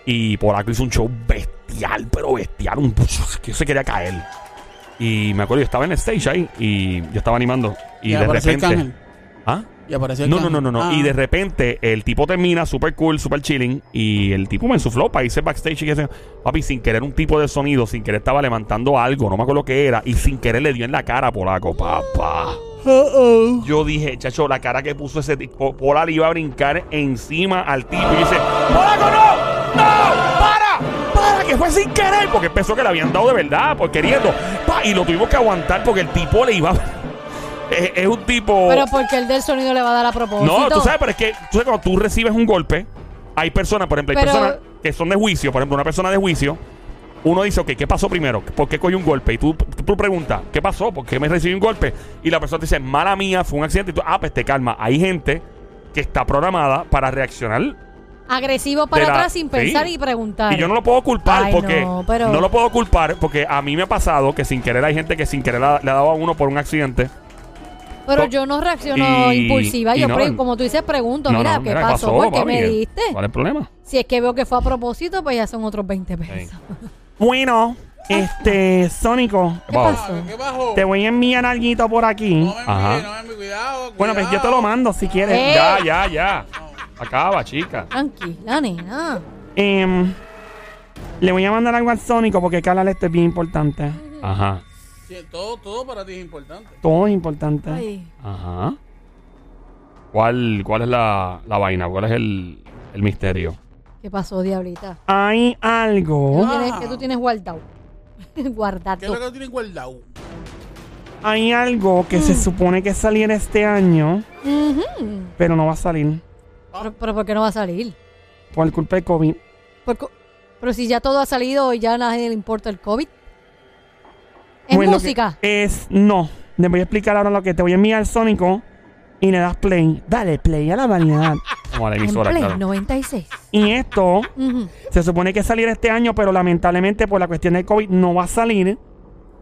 S1: y Polaco hizo un show bestial, pero bestial, un que yo se quería caer. Y me acuerdo, yo estaba en el stage ahí y yo estaba animando y,
S9: Y,
S1: de
S9: apareció el
S1: repente
S9: cángel.
S1: ¿Ah?
S9: Y apareció el
S1: No, no, no,
S9: cángel.
S1: no, no.
S9: Ah.
S1: Y de repente el tipo termina super cool, super chilling y el tipo me ensufló para irse backstage y que se- papi sin querer un tipo de sonido, sin querer estaba levantando algo, no me acuerdo qué era y sin querer le dio en la cara a Polaco, papá. Yo dije, chacho, la cara que puso ese tipo, Pola le iba a brincar encima al tipo y dice, ¡Polaco, no! ¡No! ¡Para! ¡Para! Que fue sin querer, porque empezó que le habían dado de verdad, por queriendo. Pa, y lo tuvimos que aguantar porque el tipo le iba... es, es un tipo...
S3: Pero porque el del sonido le va a dar a propósito.
S1: Oh. No, tú sabes, pero es que tú sabes, cuando tú recibes un golpe, hay personas, por ejemplo, hay
S3: Pero-
S1: personas que son de juicio, por ejemplo, una persona de juicio, uno dice, ok, ¿qué pasó primero? ¿Por qué cogí un golpe? Y tú, tú preguntas, ¿qué pasó? ¿Por qué me recibí un golpe? Y la persona te dice, mala mía, fue un accidente. Y tú, ah, pues te calma. Hay gente que está programada para reaccionar.
S3: Agresivo para
S1: de la-
S3: atrás sin pensar
S1: Sí.
S3: y preguntar.
S1: Y yo no lo puedo culpar
S3: Ay,
S1: porque
S3: no, pero-
S1: no lo puedo culpar porque a mí me ha pasado que sin querer hay gente que sin querer la- le ha dado a uno por un accidente.
S3: Pero
S1: to-
S3: yo no reacciono
S1: y-
S3: impulsiva.
S1: y
S3: Yo,
S1: no,
S3: pre-
S1: no.
S3: como tú dices, pregunto, mira, ¿qué pasó? ¿Por qué
S1: papi?
S3: me diste?
S1: ¿Cuál es el problema?
S3: Si es que veo que fue a propósito, pues ya son otros 20 pesos.
S5: Bueno, este, Sónico,
S3: ¿Qué
S1: Wow.
S3: pasó?
S9: ¿Qué bajó?
S5: te voy a enviar algo por aquí.
S9: No me
S1: Ajá.
S9: mire, no me mire, cuidado,
S5: Bueno, pues yo te lo mando si quieres.
S3: Eh.
S1: Ya, ya, ya. Acaba, chica.
S3: Tranquila, nena.
S5: Em, le voy a mandar algo al Sónico porque calarle esto es bien importante.
S1: Ajá,
S9: Sí, todo, todo para ti es importante.
S5: Todo es importante.
S3: Ay.
S1: ajá. ¿Cuál, cuál es la, la vaina? ¿Cuál es el, el misterio?
S3: ¿Qué pasó, diablita?
S5: Hay
S3: ¿Qué
S5: algo,
S3: tú tienes- qué tú tienes guardado?
S9: ¿Qué es lo
S3: guardado.
S9: que tienen guardado?
S5: hay algo que se supone que saliera este año,
S3: Mm. Ujú.
S5: pero no va a salir
S3: pero, pero ¿por qué no va a salir?
S5: por culpa de COVID.
S3: Por co- pero si ya todo ha salido y ya a nadie le importa el COVID. Es
S5: Bueno,
S3: música.
S5: que es, no. Les voy a explicar ahora lo que te voy a enviar al Sónico y le das play. Dale play a la variedad.
S1: Como a la
S3: En
S1: emisora,
S3: Play
S1: claro.
S3: 96.
S5: Y esto
S3: Ujú.
S5: Se supone que saliera este año, pero lamentablemente por la cuestión del COVID no va a salir.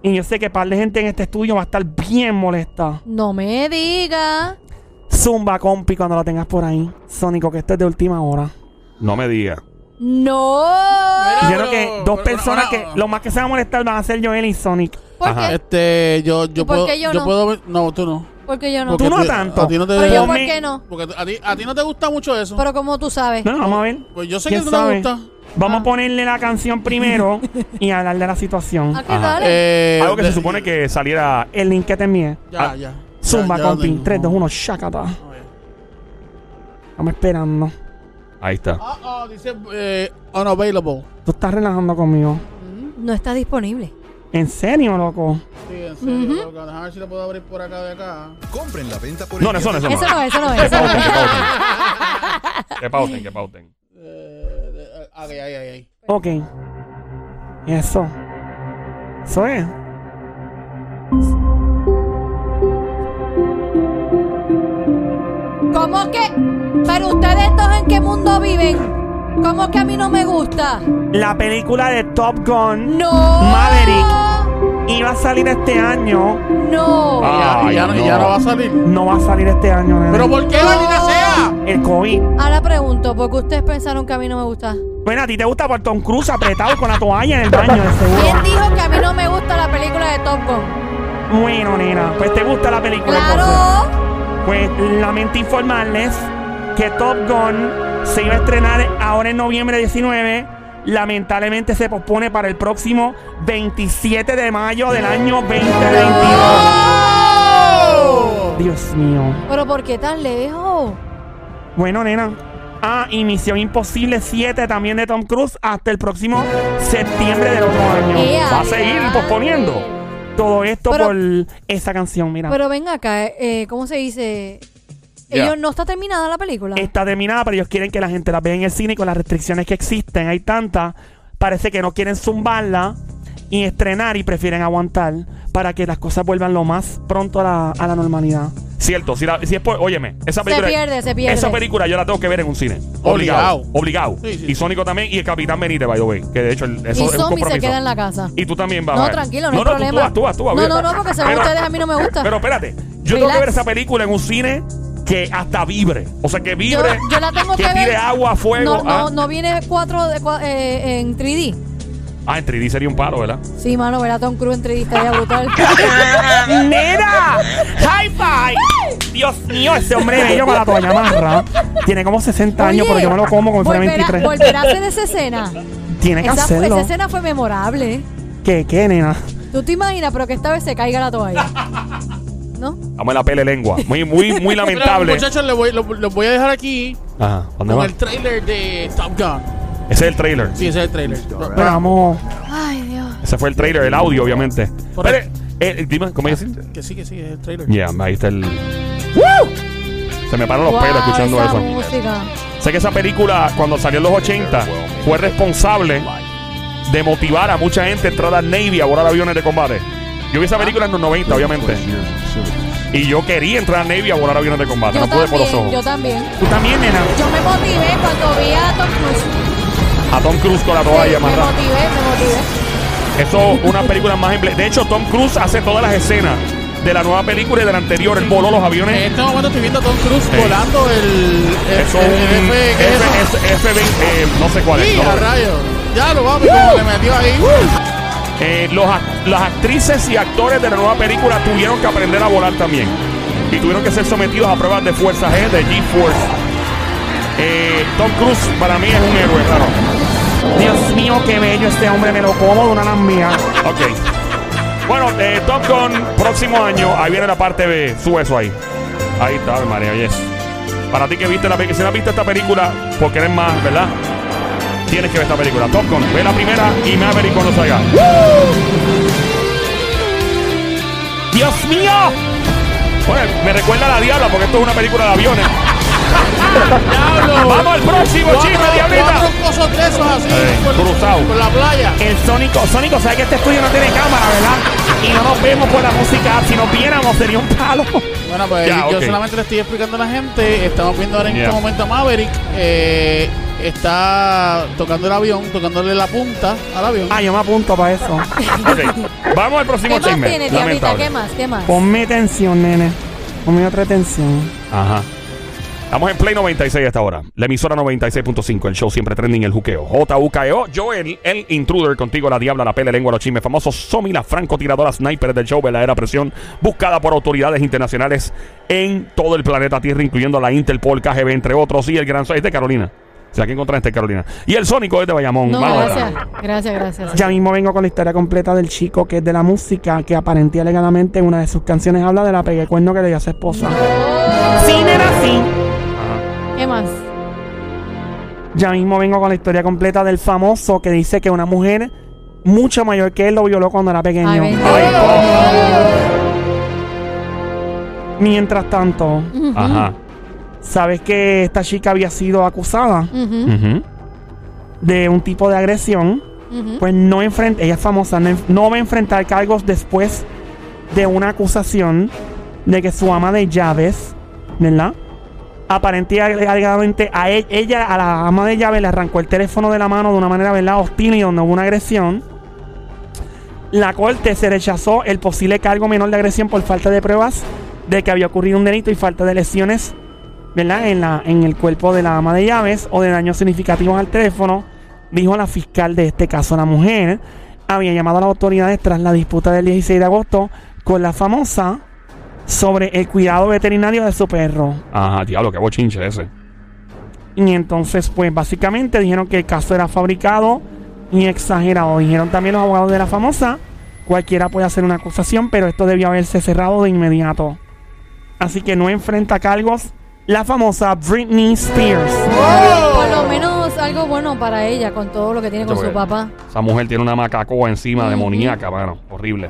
S5: Y yo sé que par de gente en este estudio va a estar bien molesta.
S3: No me diga.
S5: Zumba, compi, cuando la tengas por ahí. Sónico, que esto es de última hora.
S1: No me digas.
S3: No.
S5: Y
S9: Mira,
S5: yo creo que
S9: pero-
S5: dos
S9: pero-
S5: personas
S9: pero-
S5: que lo más que se van a molestar van a ser Joel y Sonic.
S1: Ajá.
S3: Porque
S9: Este, yo,
S3: ¿Y
S9: yo
S3: por
S9: puedo.
S3: qué yo no?
S9: puedo ver- No, tú no.
S3: porque yo no.
S5: Tú
S9: Porque
S5: no
S9: a ti-
S5: tanto.
S9: A ti no te
S3: Pero yo
S5: Ponme-
S3: por qué no.
S9: Porque a ti, a ti no te gusta mucho eso.
S3: Pero como tú sabes.
S5: Bueno, vamos a ver.
S9: pues yo sé que
S5: ¿Quién
S9: tú no Ah. te
S5: sabe?
S9: gusta.
S5: Vamos a ponerle la canción primero y hablar de la situación.
S9: Ah.
S3: ¿A qué
S1: Ajá.
S3: tal?
S9: Eh,
S1: Algo que se
S9: de-
S1: supone que saliera.
S5: El link que te envié.
S9: Ya,
S1: Ah.
S9: ya.
S5: Zumba,
S9: Ya, ya lo
S5: compi.
S9: tengo.
S5: 3, 2, 1, shakata.
S9: A ver.
S5: Estamos esperando.
S1: Ahí está.
S9: Ah, ah, dice eh, unavailable.
S5: Tú estás relajando conmigo.
S3: No está disponible.
S5: ¿En serio, loco?
S9: Sí, en serio, loco. Déjame ver si lo puedo abrir por acá de acá.
S2: Compren la venta por
S1: No, no, eso no, eso
S3: Eso no
S1: no.
S3: es, eso no es.
S1: Que
S3: Eso no
S1: pauten,
S3: es.
S1: que pauten. Que pauten, que pauten.
S9: Eh, eh, ah, ahí, ahí, ahí, ahí.
S5: Ok. Eso. Eso es.
S3: ¿Cómo que? Pero ustedes dos en qué mundo viven? ¿Cómo que a mí no me gusta?
S5: La película de Top Gun
S3: No.
S5: Maverick. iba a salir este año.
S3: No.
S1: Ah.
S9: Ya,
S1: Ay,
S9: ya, no.
S1: no.
S9: ya no va a salir.
S5: No va a salir este año, nene.
S9: ¿Pero por qué, maldita sea?
S5: El COVID.
S3: Ahora pregunto, ¿por qué ustedes pensaron que a mí no me gusta?
S5: Bueno, a ti te gusta por Tom Cruise apretado con la toalla en el baño, de
S3: ¿Quién
S5: seguro.
S3: dijo que a mí no me gusta la película de Top Gun?
S5: Bueno, nena, pues te gusta la película. entonces.
S3: Claro.
S5: Pues lamento informarles que Top Gun se iba a estrenar ahora en noviembre 19. Lamentablemente se pospone para el próximo 27 de mayo del año 2022. Dios mío.
S3: Pero ¿por qué tan lejos?
S5: Bueno, nena. Ah, y Misión Imposible 7 también de Tom Cruise hasta el próximo septiembre del otro año.
S3: Ea,
S1: Va a seguir
S3: ea.
S1: posponiendo.
S5: Todo esto
S3: Pero-
S5: por esa canción, mira.
S3: Pero ven acá, eh, eh, ¿cómo se dice?
S1: Ya.
S3: Ellos no está terminada la película.
S5: Está terminada, pero ellos quieren que la gente la vea en el cine y con las restricciones que existen. Hay tantas. Parece que no quieren zumbarla y estrenar y prefieren aguantar para que las cosas vuelvan lo más pronto a la, a la normalidad.
S1: Cierto, si, la- si es por. Óyeme, esa película.
S3: pierde, se pierde.
S1: Esa película yo la tengo que ver en un cine.
S9: Obligado.
S1: Obligado. Obligado.
S9: Sí, sí,
S1: Y
S9: sí.
S1: Sónico también. Y el Capitán Benítez, by the way. Que de hecho, el- eso
S3: y
S1: es un
S3: Somi
S1: compromiso.
S3: se queda en la casa.
S1: Y tú también vas a
S3: No,
S1: ver.
S3: tranquilo, no, hay
S1: no, tú-
S3: problema.
S1: Tú, vas, tú vas, tú vas.
S3: no, no, no, porque según
S1: Pero-
S3: ustedes a mí no me gusta.
S1: Pero espérate, yo tengo que
S3: Relax.
S1: ver esa película en un cine que hasta vibre. O sea, que
S3: yo,
S1: vibre.
S3: yo la tengo que, ver.
S1: tire agua, fuego.
S3: No, no,
S1: ah.
S3: no viene cuatro de cua- eh, en 3D.
S1: Ah, en 3D sería un palo, ¿verdad?
S3: Sí, mano, ver a Tom Cruise en 3D estaría brutal.
S5: ¡Nena! ¡High five! Dios mío, ese hombre bello para la toalla marra. Tiene como 60 años,
S3: Oye,
S5: pero yo me lo como como si fuera
S3: volverá-
S5: 23.
S3: volverá a hacer esa escena.
S5: Tiene que
S3: Esa, fue-
S5: hacerlo.
S3: esa escena fue memorable.
S5: ¿Qué, qué, nena?
S3: Tú te imaginas, pero que esta vez se caiga la toalla. ¿No?
S1: Vamos a la pele lengua. Muy, muy, muy
S9: Pero,
S1: lamentable.
S9: muchachos, les voy, los, los voy a dejar aquí
S1: Ajá, ¿dónde
S9: con
S1: va?
S9: el trailer de Top Gun.
S1: Ese es el trailer.
S9: Sí, ese es el trailer.
S5: Vamos.
S3: Ay, Dios.
S1: Ese fue el trailer, el audio, obviamente. Pero,
S9: Correcto.
S1: eh, eh, dime, ¿cómo decir?
S9: Que sí, que sí, es el trailer.
S1: Ya, ahí está el. Se me paran los pelos
S3: Guau,
S1: escuchando
S3: esa
S1: eso.
S3: música.
S1: Sé que esa película, cuando salió en los 80, fue responsable de motivar a mucha gente a entrar al Navy a volar aviones de combate. Yo vi esa película en los 90, obviamente. Y yo quería entrar al Navy a volar aviones de combate.
S3: Yo
S1: no pude por los
S3: también, yo
S1: ojos.
S3: también.
S5: Tú también, nena.
S3: Yo me motivé cuando vi a Tom Cruise.
S1: A Tom Cruise con la
S3: Sí,
S1: toalla
S3: me
S1: amarrada.
S3: motivé, me motivé.
S1: Eso es una película más emble- De hecho, Tom Cruise hace todas las escenas de la nueva película y de la anterior. Él voló los aviones.
S9: En este momento estoy viendo a Tom Cruise
S1: Sí.
S9: volando el. el-
S1: Eso
S9: el-
S1: es
S9: el
S1: un
S9: F- ¿qué es eso?
S1: F- F- F- eh, no sé cuál es.
S9: Sí,
S1: no lo
S9: a
S1: veo.
S9: rayos. Ya lo vamos, como le metió ahí.
S1: Eh, los act- las actrices y actores de la nueva película tuvieron que aprender a volar también. Y tuvieron que ser sometidos a pruebas de fuerza G, de G-Force. Eh, Tom Cruise para mí es un héroe, claro.
S5: Dios mío, qué bello este hombre. Me lo como de una lambía.
S1: Ok. Bueno, eh, Top Gun, próximo año. Ahí viene la parte B. Sube eso ahí. Ahí está, Ave María, yes. Para ti que viste la película, si no has visto esta película, porque eres más, ¿verdad? Tienes que ver esta película. Top Gun, ve la primera y Maverick cuando salga.
S5: ¡Dios mío!
S1: Bueno, me recuerda a la diabla porque esto es una película de aviones.
S9: ¡Diablo!
S1: Vamos al próximo chisme, diablita.
S9: Cuatro cosos de esos así.
S1: Eh,
S9: por,
S1: cruzado.
S9: por la playa.
S5: El Sónico, Sónico, ¿sabes que este estudio no tiene cámara, verdad? Y no nos vemos por la música. Si nos viéramos sería un palo.
S9: Bueno, pues
S1: Ya,
S9: yo
S1: ok.
S9: solamente le estoy explicando a la gente. Estamos viendo ahora en
S1: Ya.
S9: este momento a Maverick. eh, está tocando el avión, tocándole la punta al avión.
S5: Ah, yo me apunto para eso.
S1: Ok, Vamos al próximo
S3: ¿Qué más
S1: chisme.
S3: tiene, diablita?
S1: Lamentable.
S3: ¿Qué más? ¿Qué más?
S5: Ponme tensión, nene. Ponme otra tensión.
S1: Ajá. Estamos en Play 96 hasta ahora. La emisora 96.5, el show siempre trending, el juqueo. J.U.K.E.O. E Joel, el intruder, contigo la diabla, la pele, lengua, los chismes famosos. Somi, la francotiradora sniper del show, verdadera presión, buscada por autoridades internacionales en todo el planeta Tierra, incluyendo la Interpol, KGB, entre otros, y el gran... Es de Carolina. Si aquí encontraste Carolina. Y el Sónico es de Bayamón.
S3: No,
S1: Mano,
S3: gracias. Gracias, gracias.
S5: Ya mismo vengo con la historia completa del chico que es de la música, que aparentía legalmente en una de sus canciones habla de la pegue cuerno que le dio a su esposa. Sí, nena, sí.
S3: ¿Qué más?
S5: Ya mismo vengo con la historia completa del famoso que dice que una mujer mucho mayor que él lo violó cuando era pequeño.
S3: Ay, bendito.
S5: Mientras tanto,
S1: Ajá.
S5: ¿sabes que esta chica había sido acusada
S3: Ujú,
S1: Ujú.
S5: de un tipo de agresión?
S3: ujú.
S5: Pues no enfrenta, ella es famosa, no, enf- no va a enfrentar cargos después de una acusación de que su ama de llaves, ¿verdad? Aparentemente a e- ella, a la ama de llaves, le arrancó el teléfono de la mano de una manera, ¿verdad? Hostil y donde hubo una agresión. La corte se rechazó el posible cargo menor de agresión por falta de pruebas de que había ocurrido un delito y falta de lesiones, ¿verdad? En, la, en el cuerpo de la ama de llaves o de daños significativos al teléfono, dijo la fiscal de este caso. La mujer había llamado a las autoridades tras la disputa del 16 de agosto con la famosa sobre el cuidado veterinario de su perro.
S1: Ajá, diablo, qué bochinche ese.
S5: Y entonces, pues básicamente dijeron que el caso era fabricado y exagerado. Dijeron también los abogados de la famosa, cualquiera puede hacer una acusación, pero esto debió haberse cerrado de inmediato. así que no enfrenta cargos la famosa Britney Spears.
S3: Por lo menos algo bueno para ella con todo lo que tiene con
S1: Porque
S3: su papá.
S1: Esa mujer tiene una macacoa encima demoníaca, mano. Horrible.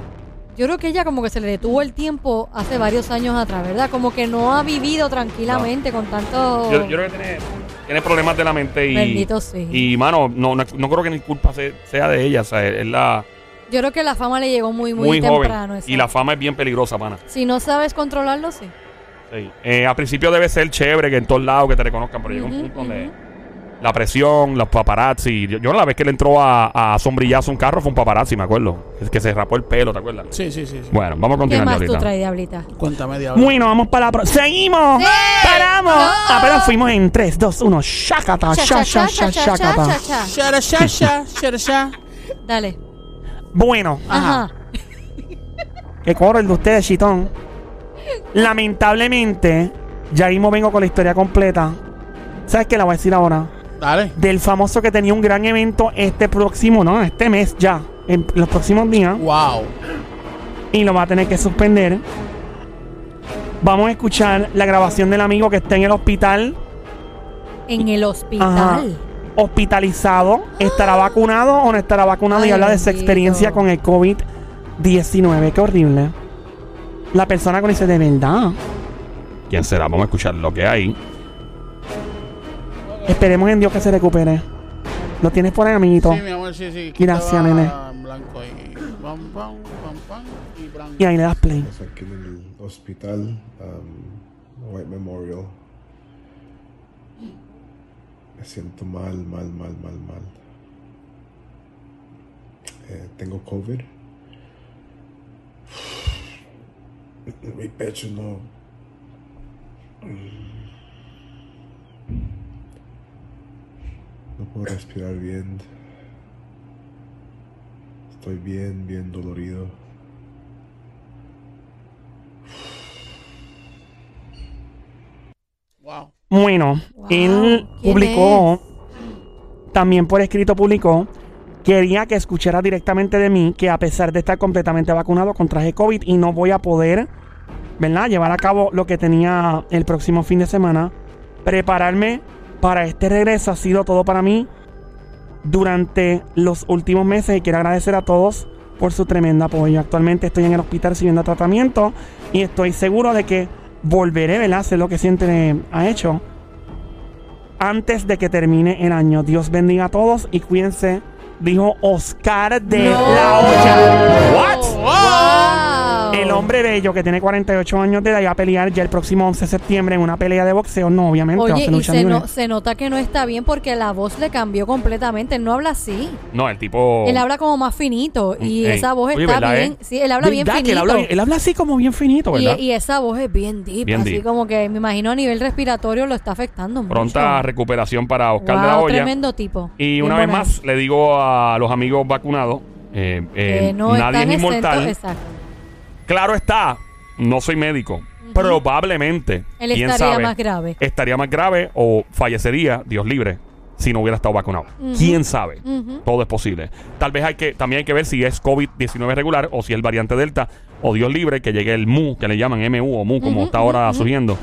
S3: Yo creo que ella como que se le detuvo el tiempo hace varios años atrás, ¿verdad? Como que no ha vivido tranquilamente con tanto...
S1: Yo, yo creo que tiene, tiene problemas de la mente y.
S3: Bendito sí.
S1: Y, mano, no, no, no creo que ni culpa se- sea de ella. O sea, es la.
S3: Yo creo que la fama le llegó muy, muy,
S1: Muy, joven.
S3: temprano.
S1: Y
S3: exacto.
S1: la fama es bien peligrosa, pana.
S3: Si no sabes controlarlo, sí.
S1: Sí. Eh, al principio debe ser chévere que en todos lados que te reconozcan, pero llega un punto donde la presión, los paparazzi. Yo, yo la vez que le entró a, a sombrillazo un carro fue un paparazzi, me acuerdo. Es que se rapó el pelo, ¿te acuerdas?
S9: Sí, sí, sí. sí.
S1: Bueno, vamos a
S3: ¿Qué
S1: continuar
S3: más
S1: ahorita.
S3: tú traes, Diablita?
S9: Cuéntame, diablo.
S5: Bueno, vamos para la pro- ¡Seguimos!
S3: Sí.
S5: ¡Paramos!
S3: No.
S5: Ah, pero fuimos en 3, 2, 1. ¡Shakata!
S3: Cha, cha,
S5: ¡Shakata!
S3: cha, cha, cha,
S5: ¡Shakata!
S3: cha, cha.
S9: Shara, sha, sha, shara, sha.
S3: Dale.
S5: Bueno,
S3: Ajá.
S5: que coro el de ustedes, chitón. Lamentablemente, ya mismo vengo con la historia completa. ¿Sabes qué la voy a decir ahora?
S9: Dale.
S5: Del famoso que tenía un gran evento este próximo, no, este mes ya, en los próximos días,
S9: Wow.
S5: y lo va a tener que suspender. Vamos a escuchar la grabación del amigo que está en el hospital
S3: En el
S5: Ajá.
S3: hospital. Ah.
S5: hospitalizado, estará vacunado o no estará vacunado
S3: Ay,
S5: y habla de su
S3: bendito.
S5: experiencia con el COVID-19. Qué horrible. La persona con dice, de verdad.
S1: ¿Quién será? Vamos a escuchar lo que hay.
S5: Esperemos en Dios que se recupere. Lo tienes por ahí, amiguito.
S9: Sí, mi amor, sí, sí.
S5: Gracias,
S9: Estaba
S5: nene.
S9: en Blanco ahí. Pam, pam, pam, pam. Y blanco.
S5: Y ahí le das play.
S10: was like in the hospital, um, White Memorial. Me siento mal, mal, mal, mal, mal. Eh, tengo COVID. Mi pecho no. No puedo respirar bien. Estoy bien, bien dolorido.
S9: Wow.
S5: Bueno,
S3: Wow,
S5: él
S3: ¿quién
S5: publicó, también por escrito publicó, quería que escuchara directamente de mí que a pesar de estar completamente vacunado contraje COVID y no voy a poder, ¿verdad?, llevar a cabo lo que tenía el próximo fin de semana. Prepararme para este regreso ha sido todo para mí durante los últimos meses y quiero agradecer a todos por su tremendo apoyo. Actualmente estoy en el hospital siguiendo tratamiento y estoy seguro de que volveré, ¿verdad?, a hacer lo que siempre ha hecho antes de que termine el año. Dios bendiga a todos y cuídense, dijo Oscar de la Hoya.
S3: Wow.
S5: El hombre bello que tiene 48 años de edad y va a pelear ya el próximo 11 de septiembre en una pelea de boxeo. No, obviamente, va a
S3: Oye,
S5: ser
S3: y
S5: lucha
S3: se,
S5: libre.
S3: no- se nota que no está bien porque la voz le cambió completamente. Él no habla así.
S1: No, el tipo.
S3: Él habla como más finito y
S1: Oh. Mm, Ey.
S3: esa voz
S1: Oye,
S3: está
S1: ¿verdad,
S3: bien.
S1: eh?
S3: Sí, él habla bien
S1: ¿Verdad
S3: finito.
S1: que él, habla, él habla así como bien finito,
S3: Y,
S1: ¿verdad?
S3: y esa voz es bien deep,
S1: Bien
S3: así
S1: deep.
S3: como que me imagino a nivel respiratorio lo está afectando
S1: Pronta
S3: mucho.
S1: recuperación para Oscar de la
S3: Wow,
S1: Hoya.
S3: tremendo tipo.
S1: Y
S3: Bien
S1: una vez
S3: bueno.
S1: más, le digo a los amigos vacunados: eh, eh,
S3: Que no
S1: nadie
S3: están
S1: es inmortal.
S3: exentos- exacto.
S1: Claro está, no soy médico. Probablemente.
S3: Él
S1: quién
S3: estaría
S1: sabe,
S3: más grave.
S1: Estaría más grave o fallecería, Dios libre, si no hubiera estado vacunado. ¿Quién sabe? Todo es posible. Tal vez hay que, también hay que ver si es COVID-19 regular o si es el variante Delta o Dios libre que llegue el MU, que le llaman MU o MU, como está ahora surgiendo.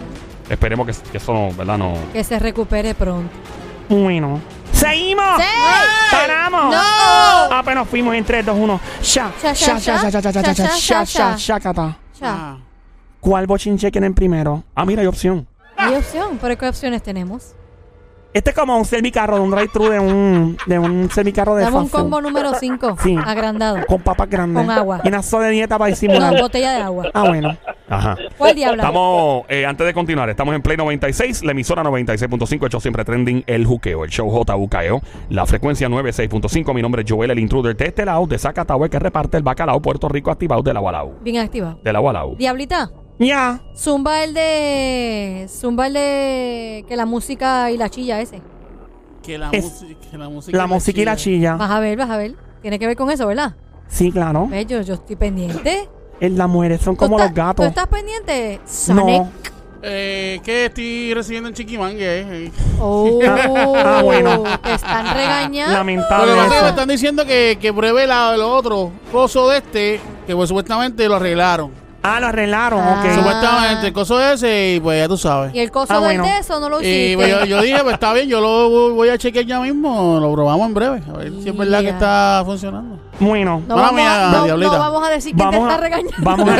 S1: Esperemos que, que eso no, ¿verdad? No.
S3: Que se recupere pronto.
S5: Bueno. ¡Seguimos!
S3: ¡Sí!
S5: ¡Paramos!
S3: ¡No!
S5: Ah, pero nos fuimos en 3, 2, 1. ¡Sha!
S3: Sha,
S5: ¡Sha,
S3: sha,
S5: sha, sha, sha, sha, sha,
S3: sha,
S5: sha,
S3: sha.
S5: sha, sha, cata.
S3: Ya.
S9: Ah.
S5: ¿Cuál bochinche quieren primero? Ah, mira, hay opción.
S3: ¿Hay opción? ¿Pero qué opciones tenemos?
S5: Este es como un servicarro de un drive-thru de un, de un servicarro de
S3: Dame un
S5: fast food.
S3: combo número 5.
S5: Sí.
S3: Agrandado.
S5: Con papas grandes.
S3: Con agua.
S5: Y una sola de dieta para
S3: No,
S5: disimular.
S3: botella de agua.
S5: ah, bueno.
S1: Ajá.
S3: ¿Cuál diablo?
S1: Estamos, eh, antes de continuar, estamos en Play 96, la emisora 96.5, el show siempre trending, el juqueo, el show JUKEO, E la frecuencia 96.5, mi nombre es Joel, el intruder de este lado, de Zacatahue, que reparte el bacalao Puerto Rico activado de la Walau.
S3: Bien activado.
S1: De la Walau.
S3: Diablita,
S5: Ya.
S3: zumba el de. Zumba el de. Que la música y la chilla ese.
S9: Que la,
S5: Es-
S9: música- que la música.
S5: La música y la chilla.
S3: Vas a ver, vas a ver. Tiene que ver con eso, ¿verdad?
S5: Sí, claro.
S3: Ah. Ve, Yo, yo estoy pendiente.
S5: Eh, Las mujeres son como
S3: ¿Tú
S5: los
S3: estás- ¿Tú
S5: gatos.
S3: estás pendiente? Sonic.
S5: No. Ah,
S9: Eh, que estoy recibiendo en Chiquimangue. eh.
S3: Oh,
S5: Ah, bueno.
S3: Te están regañando.
S9: Lo
S5: Lamentable. Ah,
S9: que pasa es que me
S5: eso.
S9: están diciendo que, que pruebe la, el otro coso de este, que pues, supuestamente lo arreglaron.
S5: Ah, lo arreglaron, ok.
S3: Ah.
S9: Supuestamente, el coso ese, y pues ya tú sabes.
S3: Y el coso
S5: Ah,
S3: del
S5: bueno.
S3: de eso no lo hiciste.
S9: Y pues, yo, yo dije, pues está bien, yo lo voy a chequear ya mismo, lo probamos en breve, a ver si es verdad que
S3: Ya.
S9: está funcionando.
S5: Bueno,
S3: no,
S9: mala
S3: vamos
S9: mía,
S3: a, no- no,
S9: Diablita.
S3: vamos a decir que te
S5: vamos
S3: está
S5: a,
S3: regañando.
S5: vamos a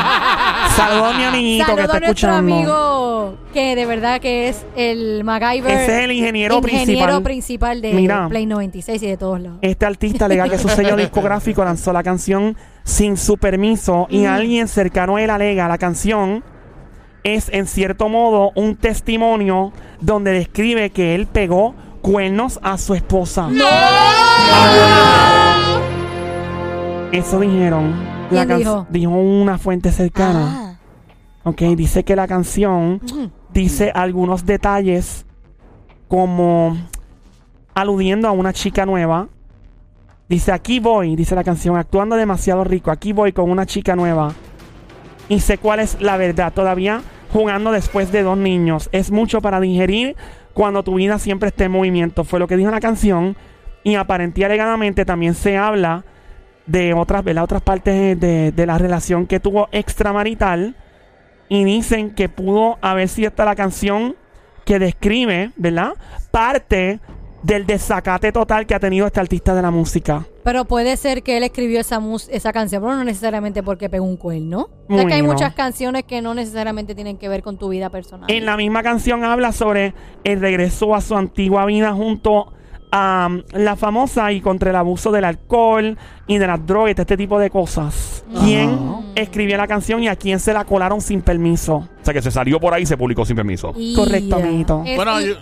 S5: chisme. Saludos a mi niñito que
S3: Saludos
S5: está
S3: a nuestro
S5: escuchando.
S3: amigo que de verdad que es el MacGyver.
S5: Ese es el ingeniero principal.
S3: Ingeniero principal de
S5: Mira.
S3: Play 96 y de todos lados.
S5: Este artista alega que su sello discográfico lanzó la canción sin su permiso y
S3: Mm.
S5: alguien cercano a él alega la canción es en cierto modo un testimonio donde describe que él pegó cuernos a su esposa. ¡No! Eso dijeron. La
S3: ¿Quién
S5: can-
S3: dijo?
S5: una fuente cercana.
S3: Ah.
S5: Ok, dice que la canción
S3: Ujú.
S5: dice algunos detalles como aludiendo a una chica nueva. Dice, aquí voy, dice la canción, actuando demasiado rico, aquí voy con una chica nueva. Y sé cuál es la verdad, todavía jugando después de dos niños. Es mucho para digerir cuando tu vida siempre esté en movimiento. Fue lo que dijo la canción. Y aparentemente alegadamente también se habla de otras, ¿verdad? otras partes de, de la relación que tuvo extramarital y dicen que pudo haber sido esta la canción que describe, ¿verdad? Parte del desacate total que ha tenido este artista de la música.
S3: Pero puede ser que él escribió esa mus- esa canción, pero no necesariamente porque pegó un cuerno. O sea, que hay
S5: Bueno.
S3: muchas canciones que no necesariamente tienen que ver con tu vida personal.
S5: En la misma canción habla sobre el regreso a su antigua vida junto a um, la famosa y contra el abuso del alcohol y de las drogas, este tipo de cosas. ¿Quién escribió la canción y a quién se la colaron sin permiso?
S1: O sea, que se salió por ahí y se publicó sin permiso.
S3: Y-
S5: Correcto, amiguito.
S3: Es-
S9: Bueno,
S3: y-
S9: yo-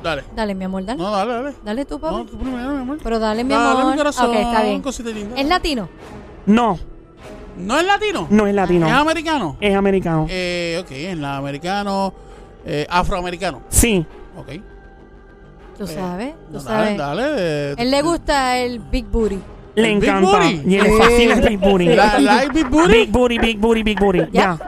S9: dale.
S3: Dale, mi amor, dale.
S9: No, dale, dale.
S3: Dale tú, papi.
S9: No, tú primero, mi amor.
S3: Pero dale, mi
S9: Dale,
S3: amor.
S9: mi corazón,
S3: Ok, está bien.
S9: cosita linda.
S3: ¿Es latino?
S5: No,
S9: ¿No es latino?
S5: no es latino.
S9: ¿Es americano?
S5: Es americano.
S9: Ah, Eh, ok, es la americano, eh, afroamericano.
S5: Sí,
S9: Ok.
S3: ¿Tú sabes? ¿Tú
S9: Eh, Dale,
S3: sabes?
S9: dale.
S3: Él le gusta el Big Booty.
S5: le
S9: El Big
S5: encanta.
S9: Booty.
S5: Y le fascina el Big Booty.
S9: La, la Big Booty.
S5: Big Booty, Big Booty, Big Booty. Ya.
S3: Ya.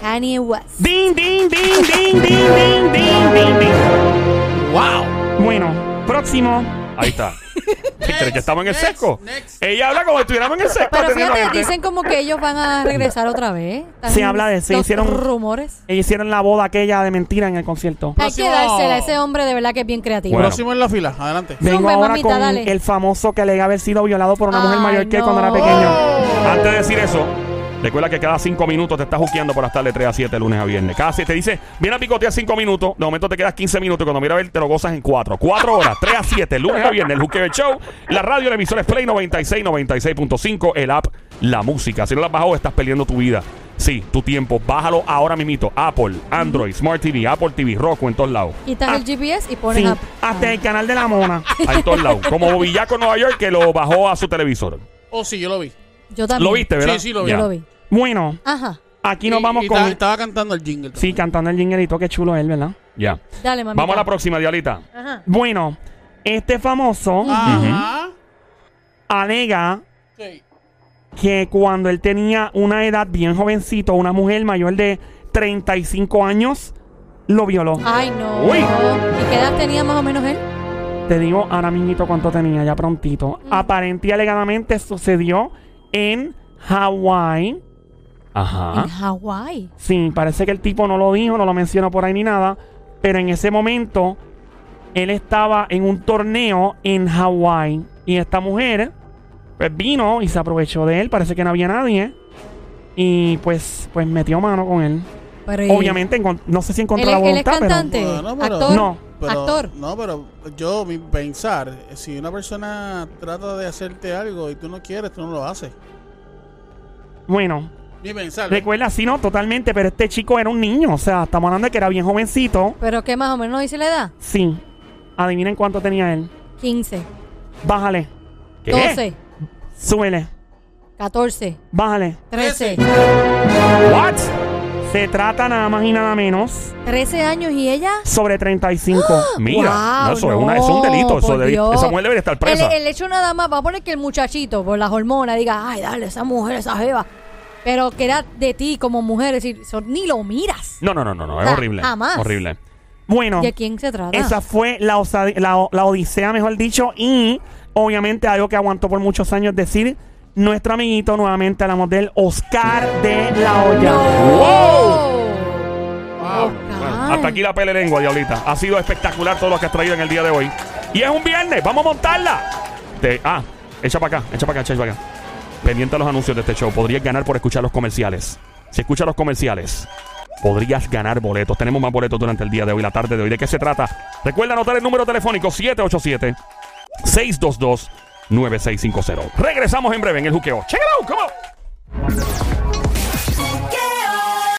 S3: Kanye West.
S5: Ding, ding, ding, ding, ding, ding, ding, ding, ding.
S9: Wow.
S5: Bueno, próximo.
S1: Ahí está. ¿Qué crees que estamos en el
S9: next,
S1: sesco?
S9: next.
S1: Ella habla como si estuviéramos en el sesco.
S3: Pero
S1: atendiendo a
S3: fíjate,
S1: gente.
S3: dicen como que ellos van a regresar otra vez. Están
S5: Se habla de- se
S3: los
S5: hicieron-
S3: rumores.
S5: Ellos hicieron la boda aquella de mentira en el concierto.
S3: Hay que
S9: Próximo.
S3: dársela a ese hombre de verdad que es bien creativo.
S1: Bueno.
S9: Próximo en la fila, adelante.
S5: Vengo
S3: Zumba,
S5: ahora
S3: mamita,
S5: con
S3: dale.
S5: el famoso que alega haber sido violado por una mujer
S3: Ay,
S5: mayor que él
S3: no.
S5: cuando era pequeño.
S1: Antes de decir eso, recuerda que cada cinco minutos te estás juqueando por las tardes 3 a 7, lunes a viernes. Cada 7 te dice, viene a picotear 5 minutos, de momento te quedas 15 minutos y cuando mira a ver te lo gozas en 4. 4 horas, 3 a 7, lunes a viernes, el juqueo del show, la radio, la emisora es Play 96, 96.5, el app, la música. Si no la has bajado, estás perdiendo tu vida. Sí, tu tiempo. Bájalo ahora mismito. Apple, Android, Smart TV, Apple TV, Roku en todos lados.
S3: Quitas
S5: Ah,
S3: el GPS y pones
S5: Sí, Ah,
S3: a... Ah.
S5: hasta el canal de la mona.
S1: Ahí en todos lados. Como Bobillaco en Nueva York que lo bajó a su televisor.
S9: Oh, sí, yo lo vi.
S3: Yo también.
S1: ¿Lo viste, verdad?
S9: Sí, sí, lo vi.
S1: Ya.
S3: Yo lo vi.
S5: Bueno,
S3: Ajá.
S5: aquí nos
S9: Y-
S5: vamos
S9: y
S5: con.
S9: ta- Estaba cantando el jingle.
S5: Sí, cantando el jingerito, qué chulo él, ¿verdad?
S1: Ya.
S3: Dale, mami.
S1: Vamos a la próxima, Dialita.
S3: Ajá.
S5: Bueno, este famoso
S9: Ah. Ajá.
S5: alega
S9: Sí.
S5: que cuando él tenía una edad bien jovencito, una mujer mayor de 35 años lo violó.
S3: Ay, no.
S1: Uy.
S3: ¿Y qué edad tenía más o menos él?
S5: Te digo ahora mismito cuánto tenía, ya prontito. Aparente y alegadamente sucedió en Hawái.
S1: Ajá.
S5: Ah.
S3: En Hawái.
S5: Sí, parece que el tipo no lo dijo, no lo mencionó por ahí ni nada. Pero en ese momento, él estaba en un torneo en Hawái. Y esta mujer, pues vino y se aprovechó de él. Parece que no había nadie. Y pues, pues metió mano con él.
S3: Pero y-
S5: Obviamente, encon- no sé si encontró
S3: Él-
S5: la
S3: él es
S5: voluntad, pero.
S3: cantante. actor,
S5: No.
S9: pero-
S3: actor.
S9: No, pero yo, mi pensar, si una persona trata de hacerte algo y tú no quieres, tú no lo haces.
S5: Bueno,
S9: Mi pensar.
S5: recuerda, sí, no, totalmente. Pero este chico era un niño. O sea, estamos hablando de que era bien jovencito.
S3: Pero que más o menos dice la edad.
S5: Sí. Adivinen cuánto tenía él.
S3: 15,
S5: Bájale,
S3: 12,
S5: súbele,
S3: 14,
S5: bájale.
S3: 13.
S5: ¿What? Se trata nada más y nada menos
S3: 13 años y ella.
S5: sobre 35.
S1: Mira,
S3: Guau,
S1: no, eso es, una- es un
S3: no,
S1: delito. Eso
S3: por
S1: debe-
S3: Dios.
S1: esa mujer debe estar presa.
S3: El, el hecho nada más, va a poner que el muchachito, por las hormonas, diga, ay, dale, esa mujer, esa jeva. Pero que era de ti como mujer, es decir, eso ni lo miras.
S1: No, no, no, no, no, es
S3: O sea,
S1: horrible.
S3: jamás.
S1: Horrible.
S5: Bueno,
S3: ¿De quién se trata?
S5: esa fue la, osadi- la, o- la odisea, mejor dicho, y obviamente algo que aguantó por muchos años decir nuestro amiguito, nuevamente hablamos del Oscar de la Hoya.
S1: Bueno,
S3: Ah.
S1: hasta aquí la pele lengua, diablita. Ha sido espectacular todo lo que has traído en el día de hoy. Y es un viernes, vamos a montarla. Te- ah, echa para acá, echa para acá, echa para acá. Pendiente a los anuncios de este show. Podrías ganar por escuchar los comerciales. Si escuchas los comerciales, podrías ganar boletos. Tenemos más boletos durante el día de hoy, la tarde de hoy. ¿De qué se trata? Recuerda anotar el número telefónico 787 622 9650. Regresamos en breve en el juqueo. Check it out, come on.